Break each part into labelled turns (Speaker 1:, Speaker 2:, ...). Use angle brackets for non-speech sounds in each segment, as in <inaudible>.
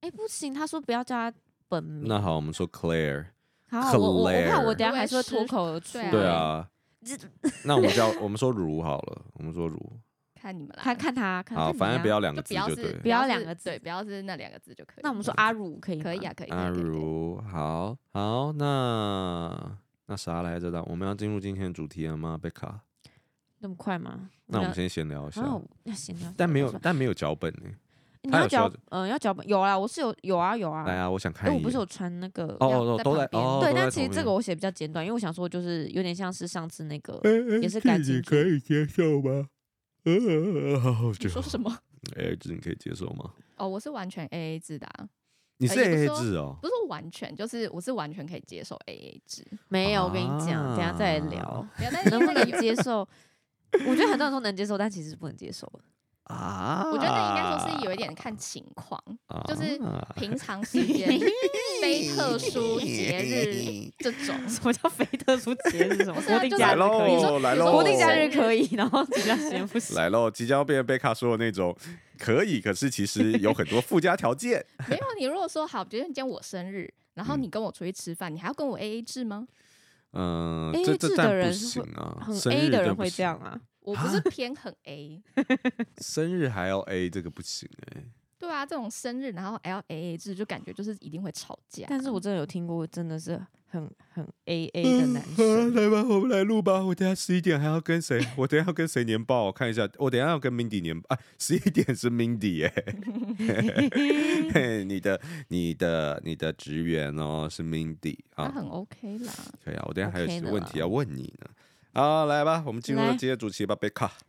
Speaker 1: 哎、不行，他说不要叫他本名。
Speaker 2: 那好，我们说 Claire，
Speaker 1: 好好，我我我怕我
Speaker 2: Claire
Speaker 1: 等一下
Speaker 3: 会
Speaker 1: 还是会
Speaker 3: 失
Speaker 1: 脱口而出。
Speaker 3: 对啊
Speaker 2: 对，啊，那我们叫我们说如好了， <laughs> 我们说如
Speaker 3: 看你们啦，
Speaker 1: 看看他，看
Speaker 2: 好，
Speaker 1: 看你
Speaker 2: 反正
Speaker 1: 啊
Speaker 2: 不要两个
Speaker 3: 就
Speaker 2: 字
Speaker 3: 不要
Speaker 2: 就是对了。
Speaker 1: 不要
Speaker 3: 是
Speaker 1: 两个字
Speaker 3: 对，不要是那两个字就可以。
Speaker 1: 那我们说阿乳可以
Speaker 3: 可以
Speaker 1: 吗
Speaker 3: 啊，可以，可以
Speaker 2: 阿
Speaker 3: 可以可
Speaker 1: <laughs>
Speaker 3: 以
Speaker 2: 如好好，那那啥来着的？我们要进入今天的主题了吗？贝卡，
Speaker 1: 那么快吗？
Speaker 2: 那我们
Speaker 1: 要
Speaker 2: 先闲聊一下，
Speaker 1: 啊，我要闲聊，
Speaker 2: 但没
Speaker 1: 我
Speaker 2: 有
Speaker 1: 说
Speaker 2: 但没有脚本呢、
Speaker 1: 你
Speaker 2: 他
Speaker 1: 要
Speaker 2: 有说
Speaker 1: 脚，嗯，要脚本有啦，我是有有啊有啊。
Speaker 2: 来啊，我想看
Speaker 1: 哎，
Speaker 2: 一
Speaker 1: 我
Speaker 2: 眼。
Speaker 1: 不是有传那个
Speaker 2: 哦
Speaker 3: 要
Speaker 2: 哦
Speaker 3: 在
Speaker 2: 都在
Speaker 3: 旁边
Speaker 2: 哦，
Speaker 1: 对，
Speaker 2: 都
Speaker 1: 但
Speaker 2: 在
Speaker 1: 其实
Speaker 2: 同
Speaker 1: 这
Speaker 2: 一
Speaker 1: 个我写比较简短，因为我想说就是有点像是上次那个，
Speaker 2: 边
Speaker 1: 也是感
Speaker 2: 这
Speaker 1: 兴
Speaker 2: 你
Speaker 1: 趣
Speaker 2: 哎可以接受吗？呃，好
Speaker 3: 你
Speaker 2: 久。
Speaker 3: 说什么？
Speaker 2: A A 制你可以接受吗？
Speaker 3: <laughs> 哦，我是完全 A A 制的、啊，
Speaker 2: 你
Speaker 3: 呃
Speaker 2: 是
Speaker 3: 也不
Speaker 1: 哎
Speaker 2: A A
Speaker 3: 说
Speaker 2: 制哦，
Speaker 3: 不是完全，就是我是完全可以接受 A A 制。
Speaker 1: 没有，我跟你讲，等一下再来
Speaker 2: <laughs>
Speaker 1: 聊
Speaker 2: 啊，
Speaker 3: 不要再
Speaker 1: <laughs> 能不能接受？我觉得很多人说能接受，但其实不能接受。
Speaker 3: <laughs>
Speaker 2: 啊？
Speaker 3: 我觉得应该说是有一点看情
Speaker 2: <laughs>
Speaker 3: 况，就是
Speaker 2: 啊
Speaker 3: 平常
Speaker 1: <laughs>
Speaker 3: 时间、非特殊节
Speaker 2: <laughs>
Speaker 3: 日这种。
Speaker 1: <laughs> 什么叫非特殊节日？ <laughs> 什么
Speaker 3: 是啊
Speaker 1: 国定
Speaker 3: 就是
Speaker 1: 假
Speaker 2: 来
Speaker 1: 日可以
Speaker 3: 你？
Speaker 2: 喽
Speaker 3: 说
Speaker 2: 来
Speaker 3: 你说
Speaker 2: 喽，
Speaker 1: 国定假日可以， <laughs> 然后其他时间不行。
Speaker 2: 来喽，即将要变成贝卡说的那种，可以，可是其实有很多附加条件。
Speaker 3: 没有，你如果说好，比如说你今天我生日，然后你跟我出去吃饭，你还要跟我 A A 制吗？
Speaker 1: <laughs>
Speaker 2: 嗯，
Speaker 1: A
Speaker 2: 这
Speaker 1: 制
Speaker 2: 这
Speaker 1: 的
Speaker 2: 但不
Speaker 1: 人是
Speaker 2: 行
Speaker 1: 会
Speaker 2: 啊，
Speaker 1: <laughs> 很
Speaker 2: 生
Speaker 1: A
Speaker 2: 日
Speaker 1: 的人
Speaker 2: 真不
Speaker 1: 会
Speaker 2: 行
Speaker 1: 这样，啊？
Speaker 3: 我不是偏很 A，
Speaker 2: 生日还要 A 这个不行哎、
Speaker 3: 对啊，这种生日然后还要 A A 制，就感觉就是一定会吵架。
Speaker 1: 但是我真的有听过，真的是很很 A A 的
Speaker 2: <laughs>
Speaker 1: 男生。
Speaker 2: 啊来吧，我们来录吧。我等下十一点还要跟谁？我等下要跟谁年报？我看一下，我等下要跟 Mindy 年啊，十一点是 Mindy
Speaker 1: <laughs>
Speaker 2: 哎、 <laughs> 嘿你的你的你的职员哦是 Mindy
Speaker 3: 那
Speaker 2: 啊，
Speaker 3: 很 OK 啦，
Speaker 2: 可以啊。我等下还有
Speaker 1: OK 的
Speaker 2: 问题
Speaker 1: 啦
Speaker 2: 要问你呢。好，来吧，我们进入
Speaker 1: 来
Speaker 2: 今天的主题吧，贝卡。
Speaker 1: <laughs>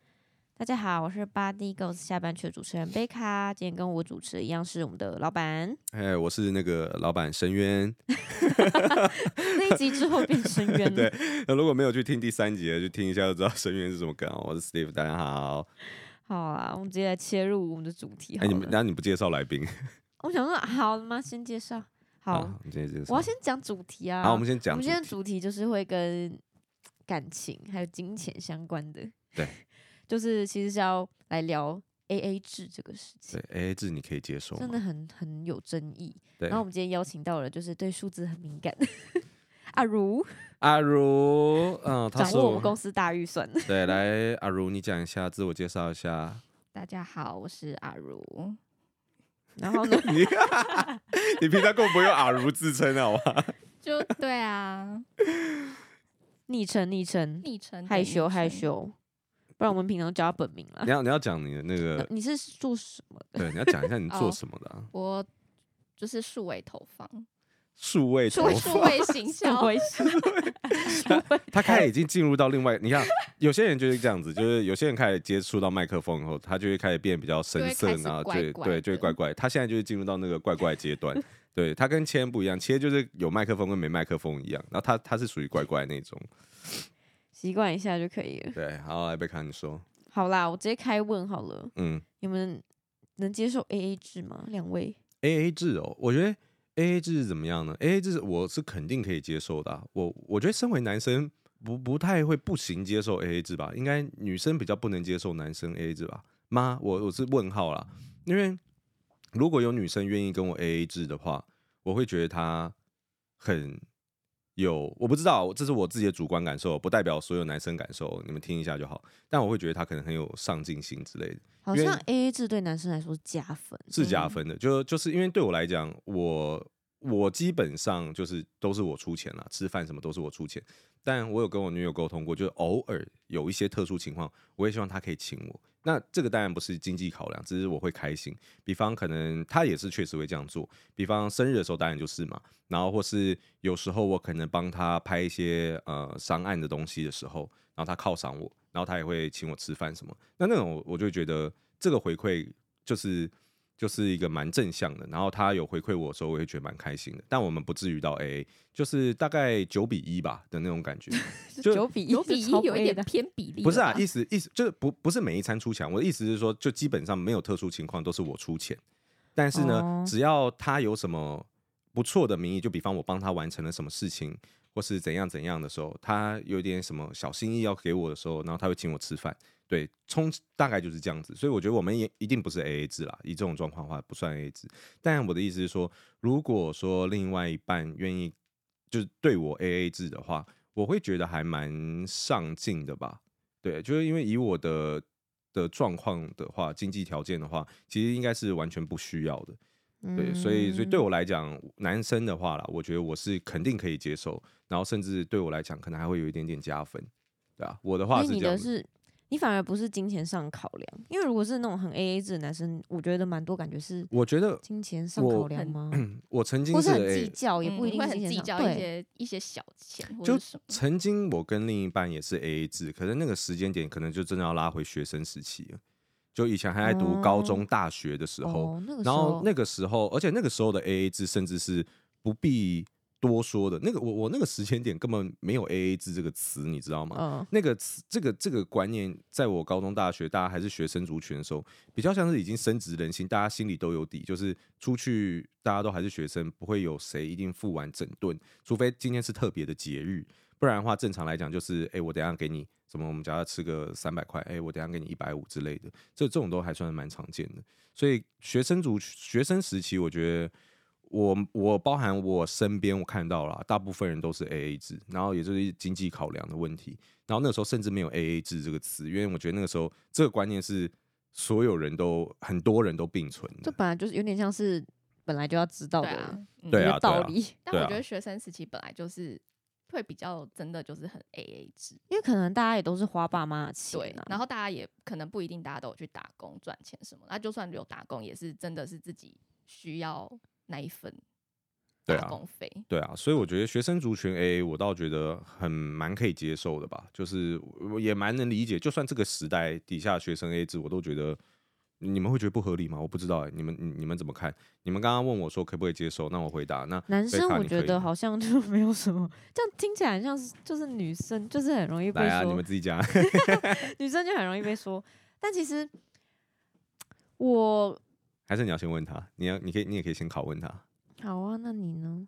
Speaker 1: 大家好，我是 Body Goes 下半区的主持人贝卡，今天跟我主持的一样是我们的老 <laughs> 板。
Speaker 2: 哎，我是那个老板深渊。 <laughs>
Speaker 1: 那一集之后变深 <laughs> 渊了
Speaker 2: 对。那如果没有去听第三集的，去听一下就知道深渊是什么梗哦。我是 Steve，大家好。
Speaker 1: 好啊，我们直接来切入我们的主题好
Speaker 2: 哎，
Speaker 1: 了。
Speaker 2: 你们，那你不介绍来宾？
Speaker 1: 我想说，好了吗？先介绍。好，
Speaker 2: 啊， <laughs> 你先介绍
Speaker 1: 我要先讲主题啊。
Speaker 2: 好，我们先讲
Speaker 1: 我们
Speaker 2: 主题。
Speaker 1: 今天的主题就是会跟感情还有金钱相关的。
Speaker 2: 对，
Speaker 1: <laughs> 就是其实是要来聊 A A 制这个事情
Speaker 2: 对，A A 制你可以接受吗？
Speaker 1: 真的很很有争议。
Speaker 2: 对
Speaker 1: 然后我们今天邀请到了，就是对数字很敏感。
Speaker 2: <laughs>
Speaker 1: 阿如
Speaker 2: 阿如，嗯，他
Speaker 1: 掌
Speaker 2: 是
Speaker 1: 握我们
Speaker 2: 我
Speaker 1: 公司大预算，
Speaker 2: <laughs> 对，来阿如，你讲一下，自我介绍一下。
Speaker 3: 大家好，我是阿如。
Speaker 1: 然后呢，
Speaker 2: 你 <laughs> 你平常根本不用阿如自称，好吧？
Speaker 3: 就对啊，
Speaker 1: 昵称昵称，
Speaker 3: 昵称
Speaker 1: 害羞害
Speaker 3: 羞。
Speaker 1: 羞，不然我们平常叫他本名啦
Speaker 2: 你。要你要讲你的那
Speaker 1: 呃
Speaker 2: 个，
Speaker 1: 你是做什么？
Speaker 2: 对，你要讲一下你做
Speaker 3: 哦
Speaker 2: 什么的啊
Speaker 3: 我就是数位投放，
Speaker 2: <laughs> 数位
Speaker 3: 数
Speaker 2: 投
Speaker 3: 位数
Speaker 2: 放。
Speaker 3: 位行
Speaker 1: 怎么
Speaker 3: 销，
Speaker 1: 回事？
Speaker 2: 他开始已经进入到另外，你看有些人就是这样子，就是有些人开始接触到麦克风以后，他就会开始变比较神
Speaker 3: 就会开
Speaker 2: 圣
Speaker 3: 始
Speaker 2: 啊，
Speaker 3: 怪
Speaker 2: 对
Speaker 3: 怪
Speaker 2: 对，就会
Speaker 3: 的
Speaker 2: 怪怪。他现在就是进入到那个怪怪阶
Speaker 3: <laughs>
Speaker 2: 段，对他跟切不一样，切就是有麦克风跟没麦克风一样，然后他他是属于怪怪那
Speaker 3: <laughs>
Speaker 2: 种。
Speaker 1: <laughs> 习惯一下就可以了。
Speaker 2: 对，好，来贝卡你说，
Speaker 1: 好啦，我直接开问好了，
Speaker 2: 嗯
Speaker 1: 你们能接受 A A 制吗？两位？
Speaker 2: ，A A 制哦，我觉得 A A 制是怎么样呢？A A 制我是肯定可以接受的啊、我我觉得身为男生不不太会不行接受 A A 制吧，应该女生比较不能接受男生 A A 制吧？妈，我我是问号啦，因为如果有女生愿意跟我 A A 制的话，我会觉得她很。有我不知道，这是我自己的主观感受，不代表所有男生感受，你们听一下就好。但我会觉得她可能很有上进心之类的。
Speaker 1: 好
Speaker 2: 因为
Speaker 1: 像 A A 制对男生来说是加分，
Speaker 2: 是加
Speaker 3: 嗯
Speaker 2: 分的，就就是因为对我来讲，我我基本上就是都是我出钱啦，吃饭什么都是我出钱。但我有跟我女友沟通过，就是偶尔有一些特殊情况，我也希望她可以请我。那这个当然不是经济考量，只是我会开心。比方可能她也是确实会这样做，比方生日的时候当然就是嘛，然后或是有时候我可能帮她拍一些呃商案的东西的时候，然后她犒赏我，然后她也会请我吃饭什么。那那种我我就会觉得这个回馈就是就是一个蛮正向的，然后他有回馈我的时候，我也觉得蛮开心的。但我们不至于到 A，就是大概九比一吧的那种感觉。就
Speaker 1: 九比一，
Speaker 3: 有比一有一点
Speaker 1: 的。
Speaker 3: 偏比例了吧，
Speaker 2: 不是啊，意思意思就是不不是每一餐出钱，我的意思是说，就基本上没有特殊情况都是我出钱，但是呢，
Speaker 1: 哦
Speaker 2: 只要他有什么不错的名义，就比方我帮他完成了什么事情，或是怎样怎样的时候，他有点什么小心意要给我的时候，然后他会请我吃饭。对，充大概就是这样子，所以我觉得我们也一定不是 A A 制啦。以这种状况的话，不算 A A 制。但我的意思是说，如果说另外一半愿意就是对我 A A 制的话，我会觉得还蛮上进的吧。对，就是因为以我的的状况的话，经济条件的话，其实应该是完全不需要的。对，所以所以对
Speaker 1: 嗯
Speaker 2: 我来讲，男生的话啦，我觉得我是肯定可以接受，然后甚至对我来讲，可能还会有一点点加分，对啊，我的话
Speaker 1: 因为
Speaker 2: 是这
Speaker 1: 你
Speaker 2: 样
Speaker 1: 的
Speaker 2: 子，
Speaker 1: 是，你反而不是金钱上考量，因为如果是那种很 A A 制的男生，我觉得蛮多感觉是
Speaker 2: 我觉得
Speaker 1: 金钱上
Speaker 2: 我
Speaker 1: 考量
Speaker 2: <clears throat>
Speaker 3: 很
Speaker 1: 吗？
Speaker 2: 我曾经
Speaker 1: 或
Speaker 2: 是
Speaker 1: 是很
Speaker 2: A-
Speaker 1: 计较，也不一
Speaker 3: 嗯
Speaker 1: 定
Speaker 3: 会
Speaker 1: 是
Speaker 3: 很
Speaker 1: 金钱
Speaker 3: 计
Speaker 1: 上
Speaker 3: 较一
Speaker 1: 对，
Speaker 3: 些一些小钱或
Speaker 2: 就
Speaker 3: 者什么。
Speaker 2: 曾经我跟另一半也是 A A 制，可是那个时间点可能就真的要拉回学生时期了，就以前还在读
Speaker 1: 哦
Speaker 2: 高中、大学的时候，
Speaker 1: 哦，那个时
Speaker 2: 然后
Speaker 1: 候
Speaker 2: 那个时候，而且那个时候的 A A 制甚至是不必多说的，那个我我那个时间点根本没有 A A 制这个词，你知道吗？
Speaker 1: 嗯
Speaker 2: 那个词这个这个观念，在我高中、大学，大家还是学生族群的时候，比较像是已经深植人心，大家心里都有底，就是出去大家都还是学生，不会有谁一定付完整顿，除非今天是特别的节日，不然的话，正常来讲就是，哎、我等一下给你什么，我们假设吃个三百块，哎、我等一下给你一百五之类的，这这种都还算蛮常见的。所以学生族学生时期，我觉得我我包含我身边我看到了，大部分人都是 A A 制，然后也就是经济考量的问题。然后那个时候甚至没有 A A 制这个词，因为我觉得那个时候这个观念是所有人都很多人都并存
Speaker 1: 这
Speaker 2: 的。
Speaker 1: 本来就是有点像是本来就要知道
Speaker 3: 对
Speaker 1: 的
Speaker 3: 啊，嗯
Speaker 2: 对
Speaker 1: 一
Speaker 2: 啊
Speaker 1: 个道理，
Speaker 3: 但
Speaker 2: 对
Speaker 3: 我
Speaker 2: 啊
Speaker 3: 觉得学生时期本来就是会比较真的就是很 A A 制，
Speaker 1: 因为可能大家也都是花爸妈的钱
Speaker 3: 对
Speaker 1: 啊，，
Speaker 3: 然后大家也可能不一定大家都有去打工赚钱什么，那就算有打工，也是真的是自己需要那一份
Speaker 2: 对
Speaker 3: 打
Speaker 2: 啊
Speaker 3: 工费。
Speaker 2: 对啊，所以我觉得学生族群 A，我倒觉得很蛮可以接受的吧，就是我也蛮能理解。就算这个时代底下学生 A 制，我都觉得你们会觉得不合理吗？我不知道哎、你们你你们怎么看？你们刚刚问我说可不可以接受，那我回答那
Speaker 1: 男生
Speaker 2: 贝卡
Speaker 1: 我
Speaker 2: 你可以
Speaker 1: 觉得好像就 <laughs> 没有什么，这样听起来很像是就是女生就是很容易被
Speaker 2: 来啊，你 <laughs>
Speaker 1: 说
Speaker 2: 们，自己讲。
Speaker 1: 女生就很容易被说，但其实我
Speaker 2: 还是你要先问他，你要你可以你也可以先拷问他。
Speaker 1: 好啊，那你
Speaker 2: <laughs>
Speaker 1: 呢？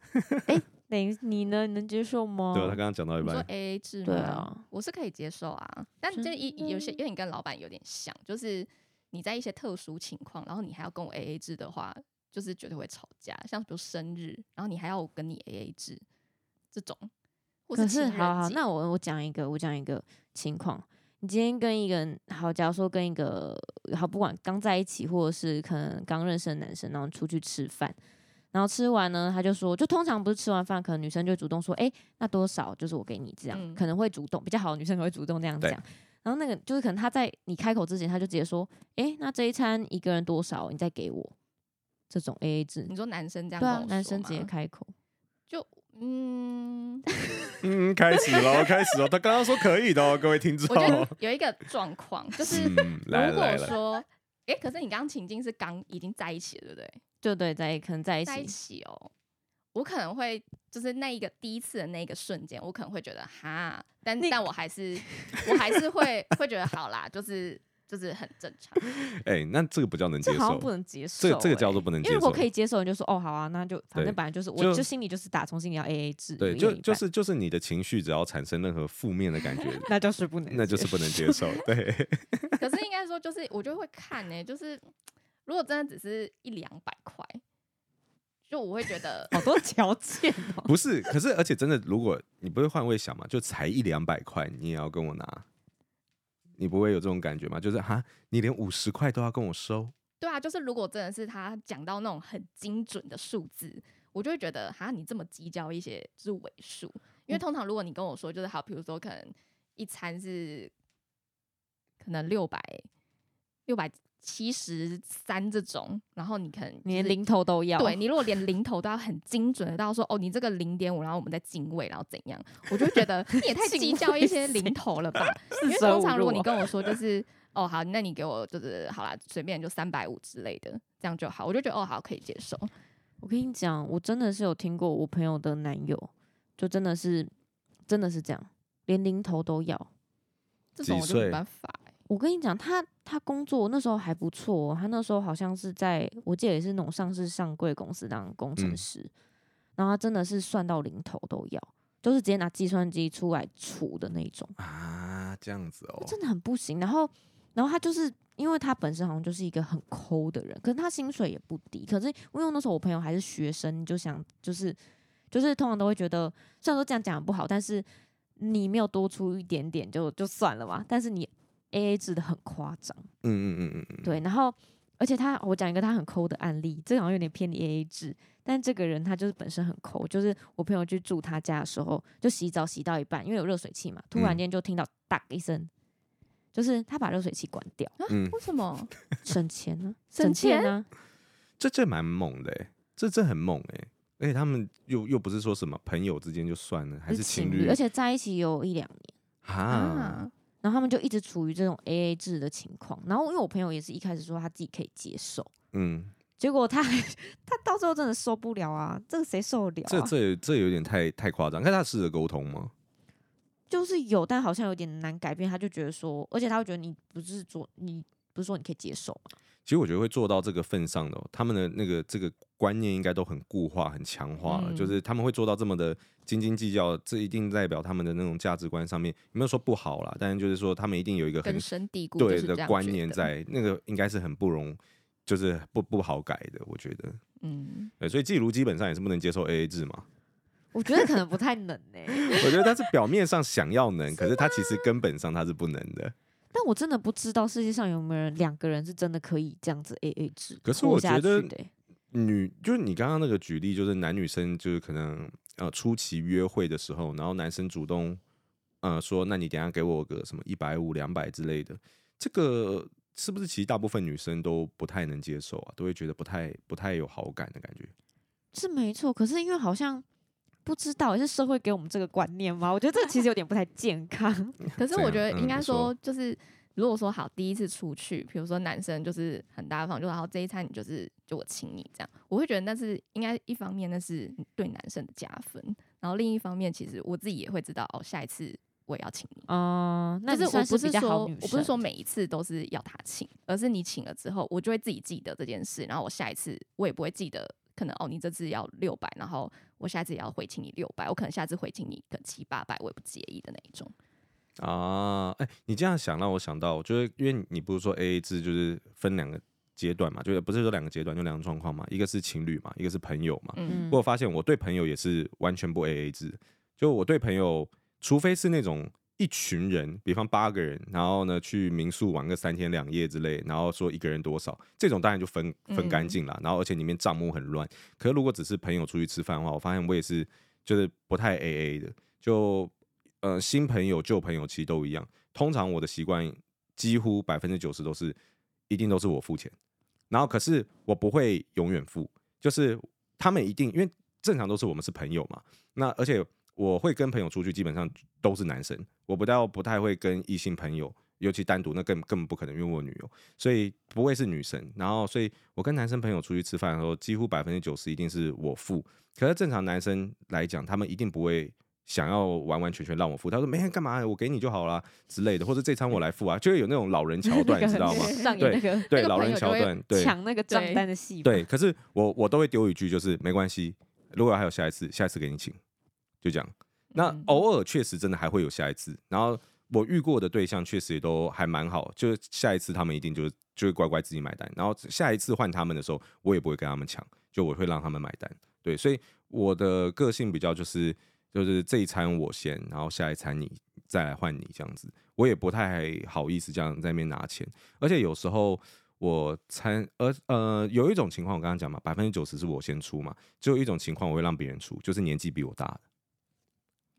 Speaker 1: 哎、等你呢？你能接受吗？
Speaker 2: 对啊，他刚刚讲到一
Speaker 3: 你说
Speaker 2: 半，
Speaker 3: A A 制
Speaker 1: 对
Speaker 3: 吗
Speaker 1: 啊，
Speaker 3: 我是可以接受啊，但
Speaker 1: 真
Speaker 3: 这一有些
Speaker 1: 的
Speaker 3: 有点跟老板有点像，就是你在一些特殊情况，然后你还要跟我 A A 制的话，就是绝对会吵架。像比如生日，然后你还要我跟你 A A 制这种，或
Speaker 1: 可
Speaker 3: 情
Speaker 1: 是
Speaker 3: 人
Speaker 1: 好好，
Speaker 3: 节
Speaker 1: 那我我讲一个，我讲一个情况。你今天跟一个人好，假如说跟一个好，不管刚在一起或者是可能刚认识的男生，然后出去吃饭，然后吃完呢，他就说，就通常不是吃完饭，可能女生就主动说，哎、那多少就是我给你这样，
Speaker 3: 嗯
Speaker 1: 可能会主动比较好，女生可能会主动这样
Speaker 2: 对
Speaker 1: 讲。然后那个就是可能他在你开口之前，他就直接说，哎、那这一餐一个人多少，你再给我，这种 A A 制
Speaker 3: 你，说男生这样
Speaker 1: 对
Speaker 3: 跟我
Speaker 1: 啊
Speaker 3: 说，吗，
Speaker 1: 男生直接开口，
Speaker 3: 嗯，
Speaker 2: 嗯，开始喽，开始喽。他刚刚说可以的哦，各位听众
Speaker 3: 我觉得有一个状况，就是
Speaker 2: 嗯，来
Speaker 3: 如果
Speaker 2: 来来，
Speaker 3: 说，哎、可是你刚刚情境是刚已经在一起了，对不对？
Speaker 1: 就对，在可能在一
Speaker 3: 在一
Speaker 1: 起，
Speaker 3: 起哦，我可能会就是那一个第一次的那一个瞬间，我可能会觉得哈，但
Speaker 1: 你
Speaker 3: 但我还是我还是会会觉得好啦，就是就是很正常。
Speaker 2: 哎、那这个不叫能接
Speaker 1: 这好像
Speaker 2: 受
Speaker 1: 不，能接受、
Speaker 2: 这个这个叫
Speaker 1: 欸
Speaker 2: 做不能
Speaker 1: 因
Speaker 2: 接
Speaker 1: 为
Speaker 2: 受。
Speaker 1: 如果可以接受，你就说哦好啊，那就反
Speaker 2: 对
Speaker 1: 正本来就是，我
Speaker 2: 就
Speaker 1: 就心里就是打从心里要 A A 制，
Speaker 2: 对，
Speaker 1: 一
Speaker 2: 就
Speaker 1: 人一
Speaker 2: 就
Speaker 1: 半
Speaker 2: 是就是你的情绪只要产生任何负面的感
Speaker 1: <laughs>
Speaker 2: 觉，
Speaker 1: 那就是不能，
Speaker 2: 那就是不能。接受。对，
Speaker 3: 可是应该说，就是我就会看呢、就是如果真的只是一两百块，就我会觉得
Speaker 1: 好多条件
Speaker 2: <laughs>
Speaker 1: 哦，
Speaker 2: 不是，可是而且真的，如果你不会换位想嘛，就才一两百块，你也要跟我拿，你不会有这种感觉吗？就是哈，你连五十块都要跟我收，
Speaker 3: 对啊，就是如果真的是他讲到那种很精准的数字，我就会觉得哈，你这么计较一些就是尾数，
Speaker 1: 嗯
Speaker 3: 因为通常如果你跟我说就是好，比如说可能一餐是可能六百六百七十三这种，然后你可能、
Speaker 1: 你连。零头都要，
Speaker 3: 对你如果连零头都要很精准的到说哦，你这个零点五，然后我们再进位，然后怎样，我就会觉得 <laughs> 你也太计
Speaker 1: 进
Speaker 3: 较一
Speaker 1: 位
Speaker 3: 些
Speaker 1: 谁
Speaker 3: 零头了吧？因
Speaker 1: <laughs> 四舍
Speaker 3: 为通
Speaker 1: 五
Speaker 3: 常如
Speaker 1: 入
Speaker 3: 果你
Speaker 1: 哦，
Speaker 3: 跟我说
Speaker 2: <laughs>
Speaker 3: 就是哦好，那你给我就是好啦，随便就三百五之类的，这样就好，我就觉得哦好可以接受。
Speaker 1: 我跟你讲，我真的是有听过我朋友的男友，就真的是真的是这样，连零头都要。
Speaker 3: 这
Speaker 2: 几
Speaker 3: 种我就没
Speaker 2: 岁
Speaker 3: 办法欸、
Speaker 1: 我跟你讲，他他工作那时候还不错哦、他那时候好像是在我记得也是那种上市上柜公司当工程
Speaker 2: 嗯
Speaker 1: 师，然后他真的是算到零头都要，都是直接拿计算机出来除的那一种，
Speaker 2: 啊，这样子哦，
Speaker 1: 真的很不行。然后，然后他就是因为他本身好像就是一个很抠的人，可是他薪水也不低。可是因为那时候我朋友还是学生，就想就是就是通常都会觉得，虽然说这样讲不好，但是你没有多出一点点就就算了嘛。但是你 A A 制的很夸张。
Speaker 2: 嗯嗯嗯嗯嗯，
Speaker 1: 对，然后而且他，我讲一个他很抠的案例，这个好像有点偏离 AA 制，但这个人他就是本身很抠，就是我朋友去住他家的时候，就洗澡洗到一半，因为有热水器嘛，突然
Speaker 2: 嗯
Speaker 1: 间就听到哒一声，就是他把热水器关掉，
Speaker 2: <laughs> 嗯
Speaker 3: 为什么？
Speaker 1: 省钱呢、
Speaker 3: 省
Speaker 1: 钱
Speaker 3: 钱
Speaker 1: 呢、
Speaker 2: 这这蛮猛的、欸，这这很猛哎、而且他们又又不是说什么朋友之间就算了，还
Speaker 1: 就是
Speaker 2: 情
Speaker 1: 侣，而且在一起有一两年。
Speaker 2: 啊
Speaker 3: 啊，
Speaker 1: 然后他们就一直处于这种 A A 制的情况，然后因为我朋友也是一开始说他自己可以接受，
Speaker 2: 嗯，
Speaker 1: 结果他 <laughs> 他到最后真的受不了啊，这个谁受得了、啊？
Speaker 2: 这这这有点太太夸张。看他试着沟通吗？
Speaker 1: 就是有，但好像有点难改变。他就觉得说，而且他会觉得你不是做，你不是说你可以接受嘛？
Speaker 2: 其实我觉得会做到这个份上的哦、他们的那个这个观念应该都很固化、很强化了。
Speaker 1: 嗯
Speaker 2: 就是他们会做到这么的斤斤计较，这一定代表他们的那种价值观上面有没有说不好啦？但是就是说他们一定有一个很
Speaker 3: 根深蒂固就
Speaker 2: 对
Speaker 3: 是这
Speaker 2: 的
Speaker 3: 样
Speaker 2: 观
Speaker 3: 觉
Speaker 2: 念
Speaker 3: 得，
Speaker 2: 在，那个应该是很不容，就是不不好改的。我觉得，
Speaker 3: 嗯，
Speaker 2: <laughs> 对，所以季如基本上也是不能接受 AA 制嘛。
Speaker 1: 我觉得可能不太能呢、 <laughs>
Speaker 2: 我觉得他是表面上想要能，可是他其实
Speaker 3: 啊
Speaker 2: 根本上他是不能的。
Speaker 1: 但我真的不知道世界上有没有人两个人是真的可以这样子 A A 制
Speaker 2: 可是
Speaker 1: 活
Speaker 2: 我
Speaker 1: 下
Speaker 2: 觉得
Speaker 1: 去的欸、
Speaker 2: 女就是你刚刚那个举例，就是男女生就是可能呃初期约会的时候，然后男生主动呃说，那你等一下给我个什么一百五、两百之类的，这个是不是其实大部分女生都不太能接受啊？都会觉得不太不太有好感的感觉。
Speaker 1: 是没错。可是因为好像不知道，是社会给我们这个观念吗？我觉得这其实有点不太健康。
Speaker 3: 可是
Speaker 2: 怎
Speaker 3: 我觉
Speaker 2: 样
Speaker 3: 得
Speaker 2: 嗯
Speaker 3: 应该
Speaker 2: 你说
Speaker 3: 说，就是如果说好第一次出去，比如说男生就是很大方，就然后这一餐你就是就我请你这样，我会觉得那是应该一方面那是对男生的加分，然后另一方面其实我自己也会知道哦，下一次我也要请你。
Speaker 1: <laughs> 哦、那
Speaker 3: 就
Speaker 1: 你
Speaker 3: 是我
Speaker 1: 算
Speaker 3: 不
Speaker 1: 比
Speaker 3: 是
Speaker 1: 较
Speaker 3: 说
Speaker 1: 好
Speaker 3: 我
Speaker 1: 女
Speaker 3: 不是
Speaker 1: 生
Speaker 3: 说每一次都是要他请，而是你请了之后，我就会自己记得这件事，然后我下一次我也不会记得，可能哦你这次要六百，然后我下次也要回请你六百，我可能下次回请你个七八百，我也不介意的那一种。
Speaker 2: 啊，哎、你这样想让我想到，就是因为你不是说 A A 制就是分两个阶段嘛，就是不是说两个阶段，就两个状况嘛，一个是情侣嘛，一个是朋友嘛。
Speaker 3: 嗯
Speaker 2: 我有发现我对朋友也是完全不 A A 制，就我对朋友，除非是那种一群人，比方八个人，然后呢去民宿玩个三天两夜之类，然后说一个人多少，这种当然就分分干
Speaker 3: 嗯
Speaker 2: 净啦。然后而且里面账目很乱。可是如果只是朋友出去吃饭的话，我发现我也是就是不太 A A 的，就呃新朋友旧朋友其实都一样。通常我的习惯几乎百分之九十都是一定都是我付钱，然后可是我不会永远付，就是他们一定因为正常都是我们是朋友嘛，那而且我会跟朋友出去，基本上都是男生，我不到不太会跟异性朋友，尤其单独那更更不可能，因为我有女友，所以不会是女生。然后，所以我跟男生朋友出去吃饭的时候，几乎百分之九十一定是我付。可是正常男生来讲，他们一定不会。想要完完全全让我付，他说没人干嘛，我给你就好啦之类的，或者这餐我来付啊，就会有那种老人桥
Speaker 1: <laughs> 那
Speaker 2: 段，
Speaker 1: 个
Speaker 2: 你知道吗？
Speaker 1: 很上
Speaker 2: 对
Speaker 1: 演那个
Speaker 2: 对，
Speaker 3: 那个
Speaker 2: 老
Speaker 3: 朋
Speaker 2: 人
Speaker 3: 友就
Speaker 2: 桥
Speaker 3: 会
Speaker 2: 段，对，
Speaker 1: 抢那个账
Speaker 3: 对
Speaker 1: 单的戏嘛。
Speaker 2: 对，可是我我都会丢一句，就是没关系，如果还有下一次，下一次给你请，就这样。那
Speaker 3: 嗯
Speaker 2: 偶尔确实真的还会有下一次，然后我遇过的对象确实也都还蛮好，就是下一次他们一定就就会乖乖自己买单，然后下一次换他们的时候，我也不会跟他们抢，就我会让他们买单。对，所以我的个性比较就是就是这一餐我先，然后下一餐你再来换你这样子，我也不太好意思这样在那边拿钱，而且有时候我参呃呃有一种情况我刚刚讲嘛，百分之九十是我先出嘛，只有一种情况我会让别人出，就是年纪比我大的。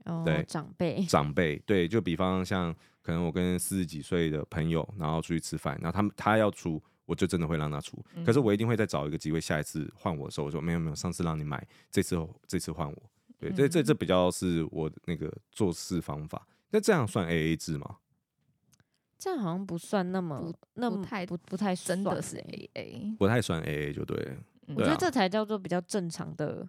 Speaker 1: 哦
Speaker 2: 对，
Speaker 1: 长辈
Speaker 2: 长辈，对，就比方像可能我跟四十几岁的朋友，然后出去吃饭，然后他们他要出，我就真的会让他出，
Speaker 1: 嗯
Speaker 2: 可是我一定会再找一个机会，下一次换我的时候，我说没有没有，上次让你买，这次这次换我，对，这
Speaker 1: 嗯
Speaker 2: 这这比较是我那个做事方法。那这样算 A A 制吗？
Speaker 1: 这样好像不算那么
Speaker 3: 不
Speaker 1: 那
Speaker 3: 不
Speaker 1: 么
Speaker 3: 太
Speaker 1: 不不太
Speaker 3: 真的
Speaker 1: 算
Speaker 3: 是
Speaker 1: 欸
Speaker 3: A A，
Speaker 2: 不太算 A A 就对了，
Speaker 1: 我觉
Speaker 2: 对
Speaker 1: 得
Speaker 2: 啊
Speaker 1: 这才叫做比较正常的、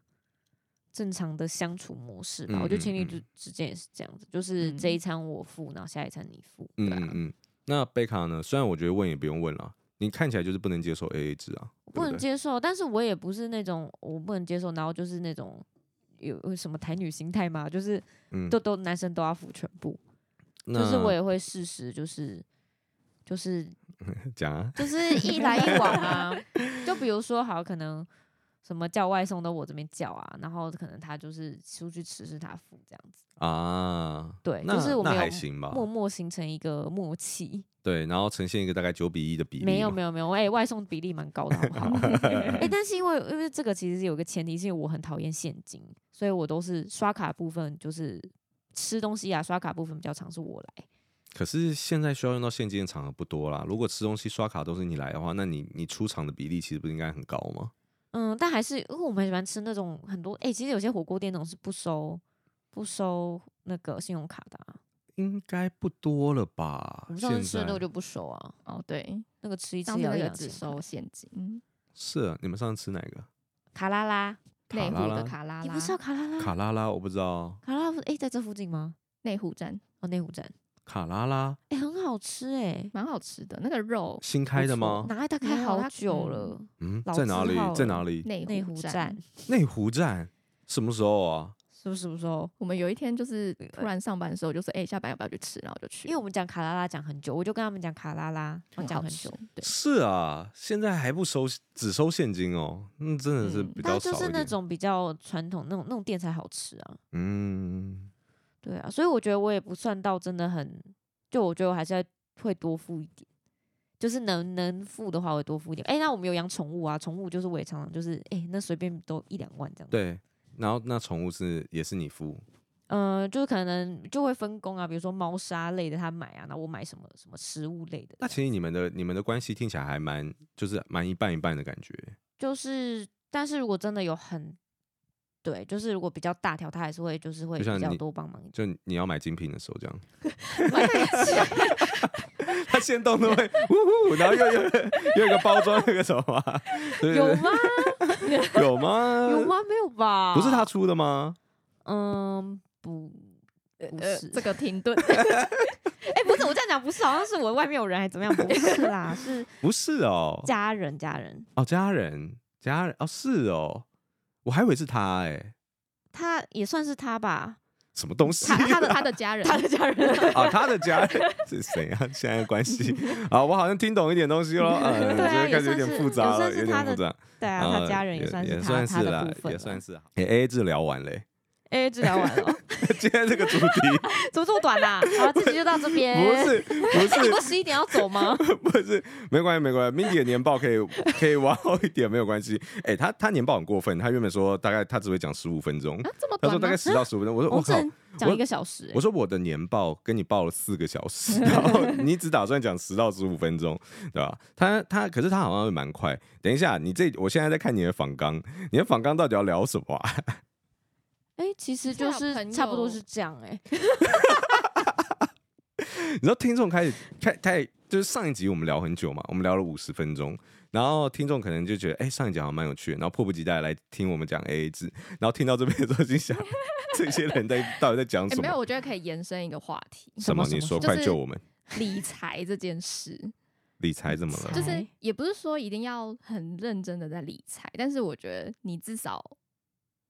Speaker 1: 正常的相处模式吧。
Speaker 2: 嗯
Speaker 1: 我觉得
Speaker 2: 嗯
Speaker 1: 情侣之
Speaker 2: 嗯
Speaker 1: 之间也是这样子，就是这一
Speaker 3: 嗯
Speaker 1: 餐我付，然后下一餐你付。
Speaker 2: 嗯
Speaker 1: 对啊
Speaker 2: 嗯嗯。那贝卡呢？虽然我觉得问也不用问了，你看起来就是不能接受 A A 制啊，
Speaker 1: 我不
Speaker 2: 对
Speaker 1: 能
Speaker 2: 对
Speaker 1: 接受，但是我也不是那种我不能接受，然后就是那种有有什么台女心态吗？就是
Speaker 2: 嗯，
Speaker 1: 都都男生都要付全部，就
Speaker 2: 那
Speaker 1: 是我也会适时就是就是
Speaker 2: 讲啊，
Speaker 1: 就是一来一往啊。就比如说，好，可能什么叫外送都我这边叫啊，然后可能他就是出去吃是他付这样子。
Speaker 2: 啊，
Speaker 1: 对，
Speaker 2: 那
Speaker 1: 就是我们
Speaker 2: 那还
Speaker 1: 有
Speaker 2: 行吧，
Speaker 1: 默默形成一个默契。
Speaker 2: 对，然后呈现一个大概九比一的比例嘛，
Speaker 1: 没有没有没有，哎、外送比例蛮高的，好
Speaker 2: <laughs>
Speaker 1: 不好？哎、但是因为因为这个其实有个前提，是因为我很讨厌现金，所以我都是刷卡部分，就是吃东西啊，刷卡部分比较常是我来。
Speaker 2: 可是现在需要用到现金的场合不多啦。如果吃东西刷卡都是你来的话，那你你出场的比例其实不是应该很高吗？
Speaker 1: 嗯，但还是因为我们很喜欢吃那种很多，哎、其实有些火锅店那种是不收不收那个信用卡的、啊，
Speaker 2: 应该不多了吧？
Speaker 1: 我们上
Speaker 2: 现
Speaker 1: 次吃的
Speaker 2: 在
Speaker 1: 那个就不收啊，
Speaker 3: 哦，对，
Speaker 1: 那个吃一次
Speaker 3: 上次
Speaker 1: 也要
Speaker 3: 那
Speaker 1: 一
Speaker 3: 个
Speaker 1: 两
Speaker 3: 只
Speaker 1: 千
Speaker 3: 收
Speaker 1: 块
Speaker 3: 现金，
Speaker 2: 是啊，你们上次吃哪个？
Speaker 1: 卡拉拉，
Speaker 2: 卡
Speaker 3: 内湖
Speaker 2: 拉拉
Speaker 3: 的卡拉
Speaker 1: 你
Speaker 3: 拉
Speaker 1: 不，知道卡拉拉？
Speaker 2: 卡拉拉，我不知道
Speaker 1: 卡拉拉哎、诶在这附近吗？
Speaker 3: 内湖站
Speaker 1: 哦，内湖站，
Speaker 2: 卡拉拉
Speaker 1: 哎、很好吃哎、
Speaker 3: 蛮好吃的，那个肉
Speaker 2: 新开的
Speaker 1: 不
Speaker 2: 吗
Speaker 1: 错？哪里大
Speaker 3: 没
Speaker 1: 概
Speaker 3: 有
Speaker 1: 好
Speaker 3: 它
Speaker 1: 久
Speaker 3: 嗯
Speaker 1: 了？
Speaker 2: 嗯，
Speaker 1: 老
Speaker 2: 在哪
Speaker 1: 字
Speaker 2: 里
Speaker 1: 号？
Speaker 2: 在
Speaker 1: 了
Speaker 2: 哪里？
Speaker 3: 内
Speaker 1: 内
Speaker 3: 湖
Speaker 1: 湖站，
Speaker 2: 内湖站什么时候啊？
Speaker 1: 是不是什哦么时候？
Speaker 3: 我们有一天就是突然上班的时候就说，哎、下班要不要去吃？然后就去，
Speaker 1: 因为我们讲卡拉拉讲很久，我就跟他们讲卡拉拉，然后
Speaker 3: 很
Speaker 1: 讲
Speaker 3: 好
Speaker 1: 很
Speaker 3: 吃
Speaker 1: 久。，
Speaker 3: 对，
Speaker 2: 是啊，现在还不收，只收现金哦。嗯，真的是
Speaker 3: 嗯
Speaker 2: 比较
Speaker 1: 但
Speaker 2: 少
Speaker 1: 就
Speaker 2: 一
Speaker 1: 是
Speaker 2: 点。
Speaker 1: 那种比较传统那种那种店才好吃啊，
Speaker 2: 嗯，
Speaker 1: 对啊，所以我觉得我也不算到真的很，就我觉得我还是要会多付一点，就是能能付的话我会多付一点。哎、那我们有养宠物啊，宠物就是我也常常就是哎、那随便都一两万这样子。
Speaker 2: 对。然后那宠物是也是你付，
Speaker 1: 嗯、就是可能就会分工啊，比如说猫砂类的他买啊，那我买什么什么食物类的，
Speaker 2: 那其实你们的你们的关系听起来还蛮，就是蛮一半一半的感觉。
Speaker 1: 就是，但是如果真的有很，对，就是如果比较大条，他还是会就是会
Speaker 2: 就像
Speaker 1: 比较
Speaker 2: 你
Speaker 1: 多帮忙一点。
Speaker 2: 就你要买精品的时候，
Speaker 1: <laughs>
Speaker 2: 这样。 <laughs> 他先动都会呜呼，然后又又又有一个包装，那个什么啊，对
Speaker 1: 有
Speaker 2: 对
Speaker 1: 吗？
Speaker 2: 对有吗？
Speaker 1: 有？吗？没有吧？
Speaker 2: 不是他，出的吗？
Speaker 1: 嗯，不，不
Speaker 3: 呃，
Speaker 1: 是
Speaker 3: 这个停
Speaker 2: <laughs>
Speaker 3: 顿，
Speaker 1: 哎、不是我这样讲，不是，好像是我外面有人还怎么样？不是啦，是
Speaker 2: 不是哦，
Speaker 1: 家人，家人。
Speaker 2: 哦，家人，家人，哦，是哦，我还以为是他哎、
Speaker 1: 他也算是他吧，
Speaker 2: 什么东西
Speaker 3: 他他的他的家人，
Speaker 1: 他的家人，
Speaker 2: 啊？他的家人是谁啊？现在的
Speaker 1: <laughs>
Speaker 2: 关系啊，我好像听懂一点东西喽，嗯，
Speaker 1: 对啊
Speaker 2: 就开始有
Speaker 1: 也算是
Speaker 2: 点复杂
Speaker 1: 也算
Speaker 2: 了，
Speaker 1: 是
Speaker 2: 有
Speaker 1: 他
Speaker 2: 点
Speaker 1: 的
Speaker 2: 复杂。
Speaker 1: 对啊，他家人
Speaker 2: 呃哦也
Speaker 1: 也算是
Speaker 2: 也
Speaker 1: 他
Speaker 2: 算
Speaker 1: 他
Speaker 2: 是
Speaker 1: 的
Speaker 2: 啦
Speaker 1: 部，分了，
Speaker 2: 也算是好。哎，A A 治疗完 <laughs> 嘞，
Speaker 1: 哎、治疗完
Speaker 2: <laughs>
Speaker 1: 了，
Speaker 2: 今天这个主
Speaker 1: <laughs>
Speaker 2: 题
Speaker 1: 怎么这么短呐、好，这集就到这边。
Speaker 2: 不是不
Speaker 1: 哎，你
Speaker 2: 是
Speaker 1: 不 <laughs> 十一点要走吗？
Speaker 2: 不是，没关系，没关系。Mindy 的年报可以可以往后一点，没有关系。哎、他他年报很过分，他原本说大概他只会讲十五分钟，
Speaker 1: 嗯
Speaker 3: 啊这么
Speaker 2: 他
Speaker 3: 短
Speaker 2: 说大
Speaker 3: 吗
Speaker 2: 概？十到十五分钟。 <laughs> 我说
Speaker 1: 我
Speaker 2: 我靠，
Speaker 1: 只讲
Speaker 2: 我
Speaker 1: 一个小时、哎
Speaker 2: 我说我的年报跟你报了四个小
Speaker 1: <laughs>
Speaker 2: 时，然后你只打算讲十到十五分钟，对吧？他他可是他好像蛮快。等一下，你这我现在在看你的访纲，你的访纲到底要聊什么、啊？
Speaker 1: 哎、其实
Speaker 3: 是
Speaker 1: 就
Speaker 3: 啊
Speaker 1: 是
Speaker 3: 朋
Speaker 1: 差不多
Speaker 3: 友
Speaker 1: 是这样哎、
Speaker 2: 你知道听众开始开开就是上一集我们聊很久嘛，我们聊了五十分钟，然后听众可能就觉得哎、上一集好像蛮有趣的，然后迫不及待来听我们讲 AA 制，然后听到这边的时候心
Speaker 3: <laughs>
Speaker 2: 想这些人在到底在讲
Speaker 3: 哎、
Speaker 2: 什么？
Speaker 3: 没有，我觉得可以延伸一个话题，
Speaker 2: 什
Speaker 1: 么
Speaker 2: 么？
Speaker 1: 什么
Speaker 2: 你说
Speaker 3: 就是
Speaker 2: 快救我们！
Speaker 3: 理财这件事，
Speaker 2: 理财怎么
Speaker 1: 理财
Speaker 2: 了？
Speaker 3: 就是也不是说一定要很认真的在理财，但是我觉得你至少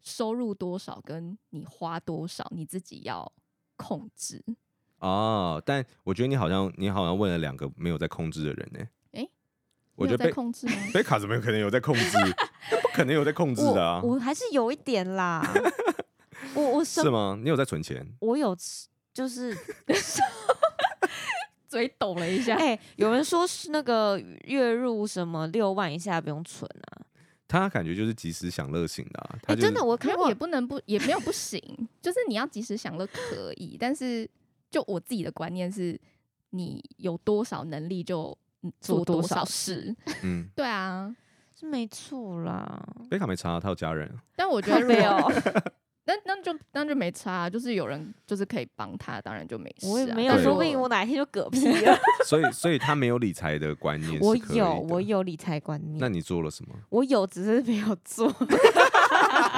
Speaker 3: 收入多少跟你花多少，你自己要控制。
Speaker 2: 哦，但我觉得你好像你好像问了两个没有在控制的人呢、
Speaker 3: 诶
Speaker 2: 我
Speaker 3: 你
Speaker 2: 觉
Speaker 3: 有
Speaker 2: 得
Speaker 3: 在
Speaker 2: 贝
Speaker 3: 控制吗？ <laughs>
Speaker 2: 贝卡怎么有可能有在控制？他不可能有在控制的啊
Speaker 1: 我，我还是有一点啦。
Speaker 2: <laughs>
Speaker 1: 我我
Speaker 2: 是
Speaker 1: 生
Speaker 2: 吗？你有在存钱？
Speaker 1: 我有吃
Speaker 2: <laughs>
Speaker 1: 就是
Speaker 3: 嘴抖了一下，
Speaker 1: 哎、有人说是那个月入什么六万以下不用存啊。
Speaker 2: 他感觉就是及时享乐型的、啊，
Speaker 1: 哎、
Speaker 2: 他就是、
Speaker 1: 真的我
Speaker 3: 没
Speaker 1: 看
Speaker 3: 有
Speaker 1: 过
Speaker 3: 也不能不，也没有不行，就是你要及时享乐可以，但是就我自己的观念是，你有多少能力就嗯
Speaker 1: 做
Speaker 3: 做
Speaker 1: 多
Speaker 3: 多
Speaker 1: 少
Speaker 3: 少
Speaker 1: 事
Speaker 3: 事。
Speaker 2: 嗯，
Speaker 3: 对啊，
Speaker 1: 是没错
Speaker 2: <laughs>
Speaker 1: 啦。
Speaker 2: 贝卡没差，他有家人啊。
Speaker 3: 但我觉
Speaker 1: 靠
Speaker 3: 得如
Speaker 1: 背
Speaker 3: 果
Speaker 1: 哦，
Speaker 2: 啊
Speaker 3: 那那就那就没差啊、就是有人就是可以帮他，当然就没事、啊。
Speaker 1: 我也没有
Speaker 3: 但
Speaker 2: 对
Speaker 1: 说
Speaker 3: 如
Speaker 1: 不定
Speaker 3: 果
Speaker 1: 我哪一天就嗝屁
Speaker 2: <laughs>
Speaker 1: 了。 <laughs>
Speaker 2: 所以，所以他没有理财的观念。
Speaker 1: 我有，我。有理财观
Speaker 2: 那
Speaker 1: 念，
Speaker 2: 你做了什么？
Speaker 1: 我有，只是没有做。 <laughs>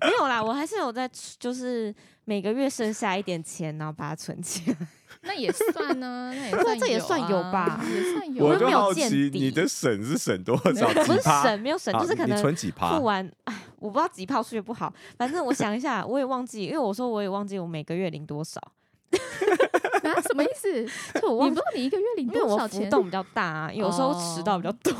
Speaker 1: 没有啦，我还是有在存，就是每个月剩下一点钱，然后把它存起来。
Speaker 3: 那也算呢、
Speaker 1: <laughs>
Speaker 3: 那也
Speaker 1: 对啊
Speaker 3: 算、
Speaker 1: 这也算有
Speaker 3: 有啊
Speaker 1: 吧
Speaker 3: 也
Speaker 1: <laughs>
Speaker 3: 算有、啊。
Speaker 2: 我
Speaker 1: 就
Speaker 2: <laughs> 就
Speaker 1: 没有
Speaker 2: 好
Speaker 1: 见
Speaker 2: 奇
Speaker 1: 底
Speaker 2: 你的省是省多
Speaker 3: 没
Speaker 2: 少？
Speaker 1: 不
Speaker 3: 有
Speaker 2: 几
Speaker 1: 是
Speaker 2: 趴？
Speaker 1: 省，没有省，
Speaker 2: 啊
Speaker 1: 就是可
Speaker 2: 你
Speaker 1: 能
Speaker 2: 存几趴
Speaker 1: 付？完，哎，我不知道几炮数学不好，反正我想一下，我也忘记，因为我说我也忘记我每个月领多少，
Speaker 3: 啊，什么意思？你
Speaker 1: 就我 <laughs>
Speaker 3: 不
Speaker 1: 忘
Speaker 3: 知
Speaker 1: 记，
Speaker 3: 道你一个月领
Speaker 1: 因为
Speaker 3: 多
Speaker 1: 我
Speaker 3: 少
Speaker 1: 浮
Speaker 3: 钱？
Speaker 1: 动比较大啊，有时候迟到比 <laughs> 较多。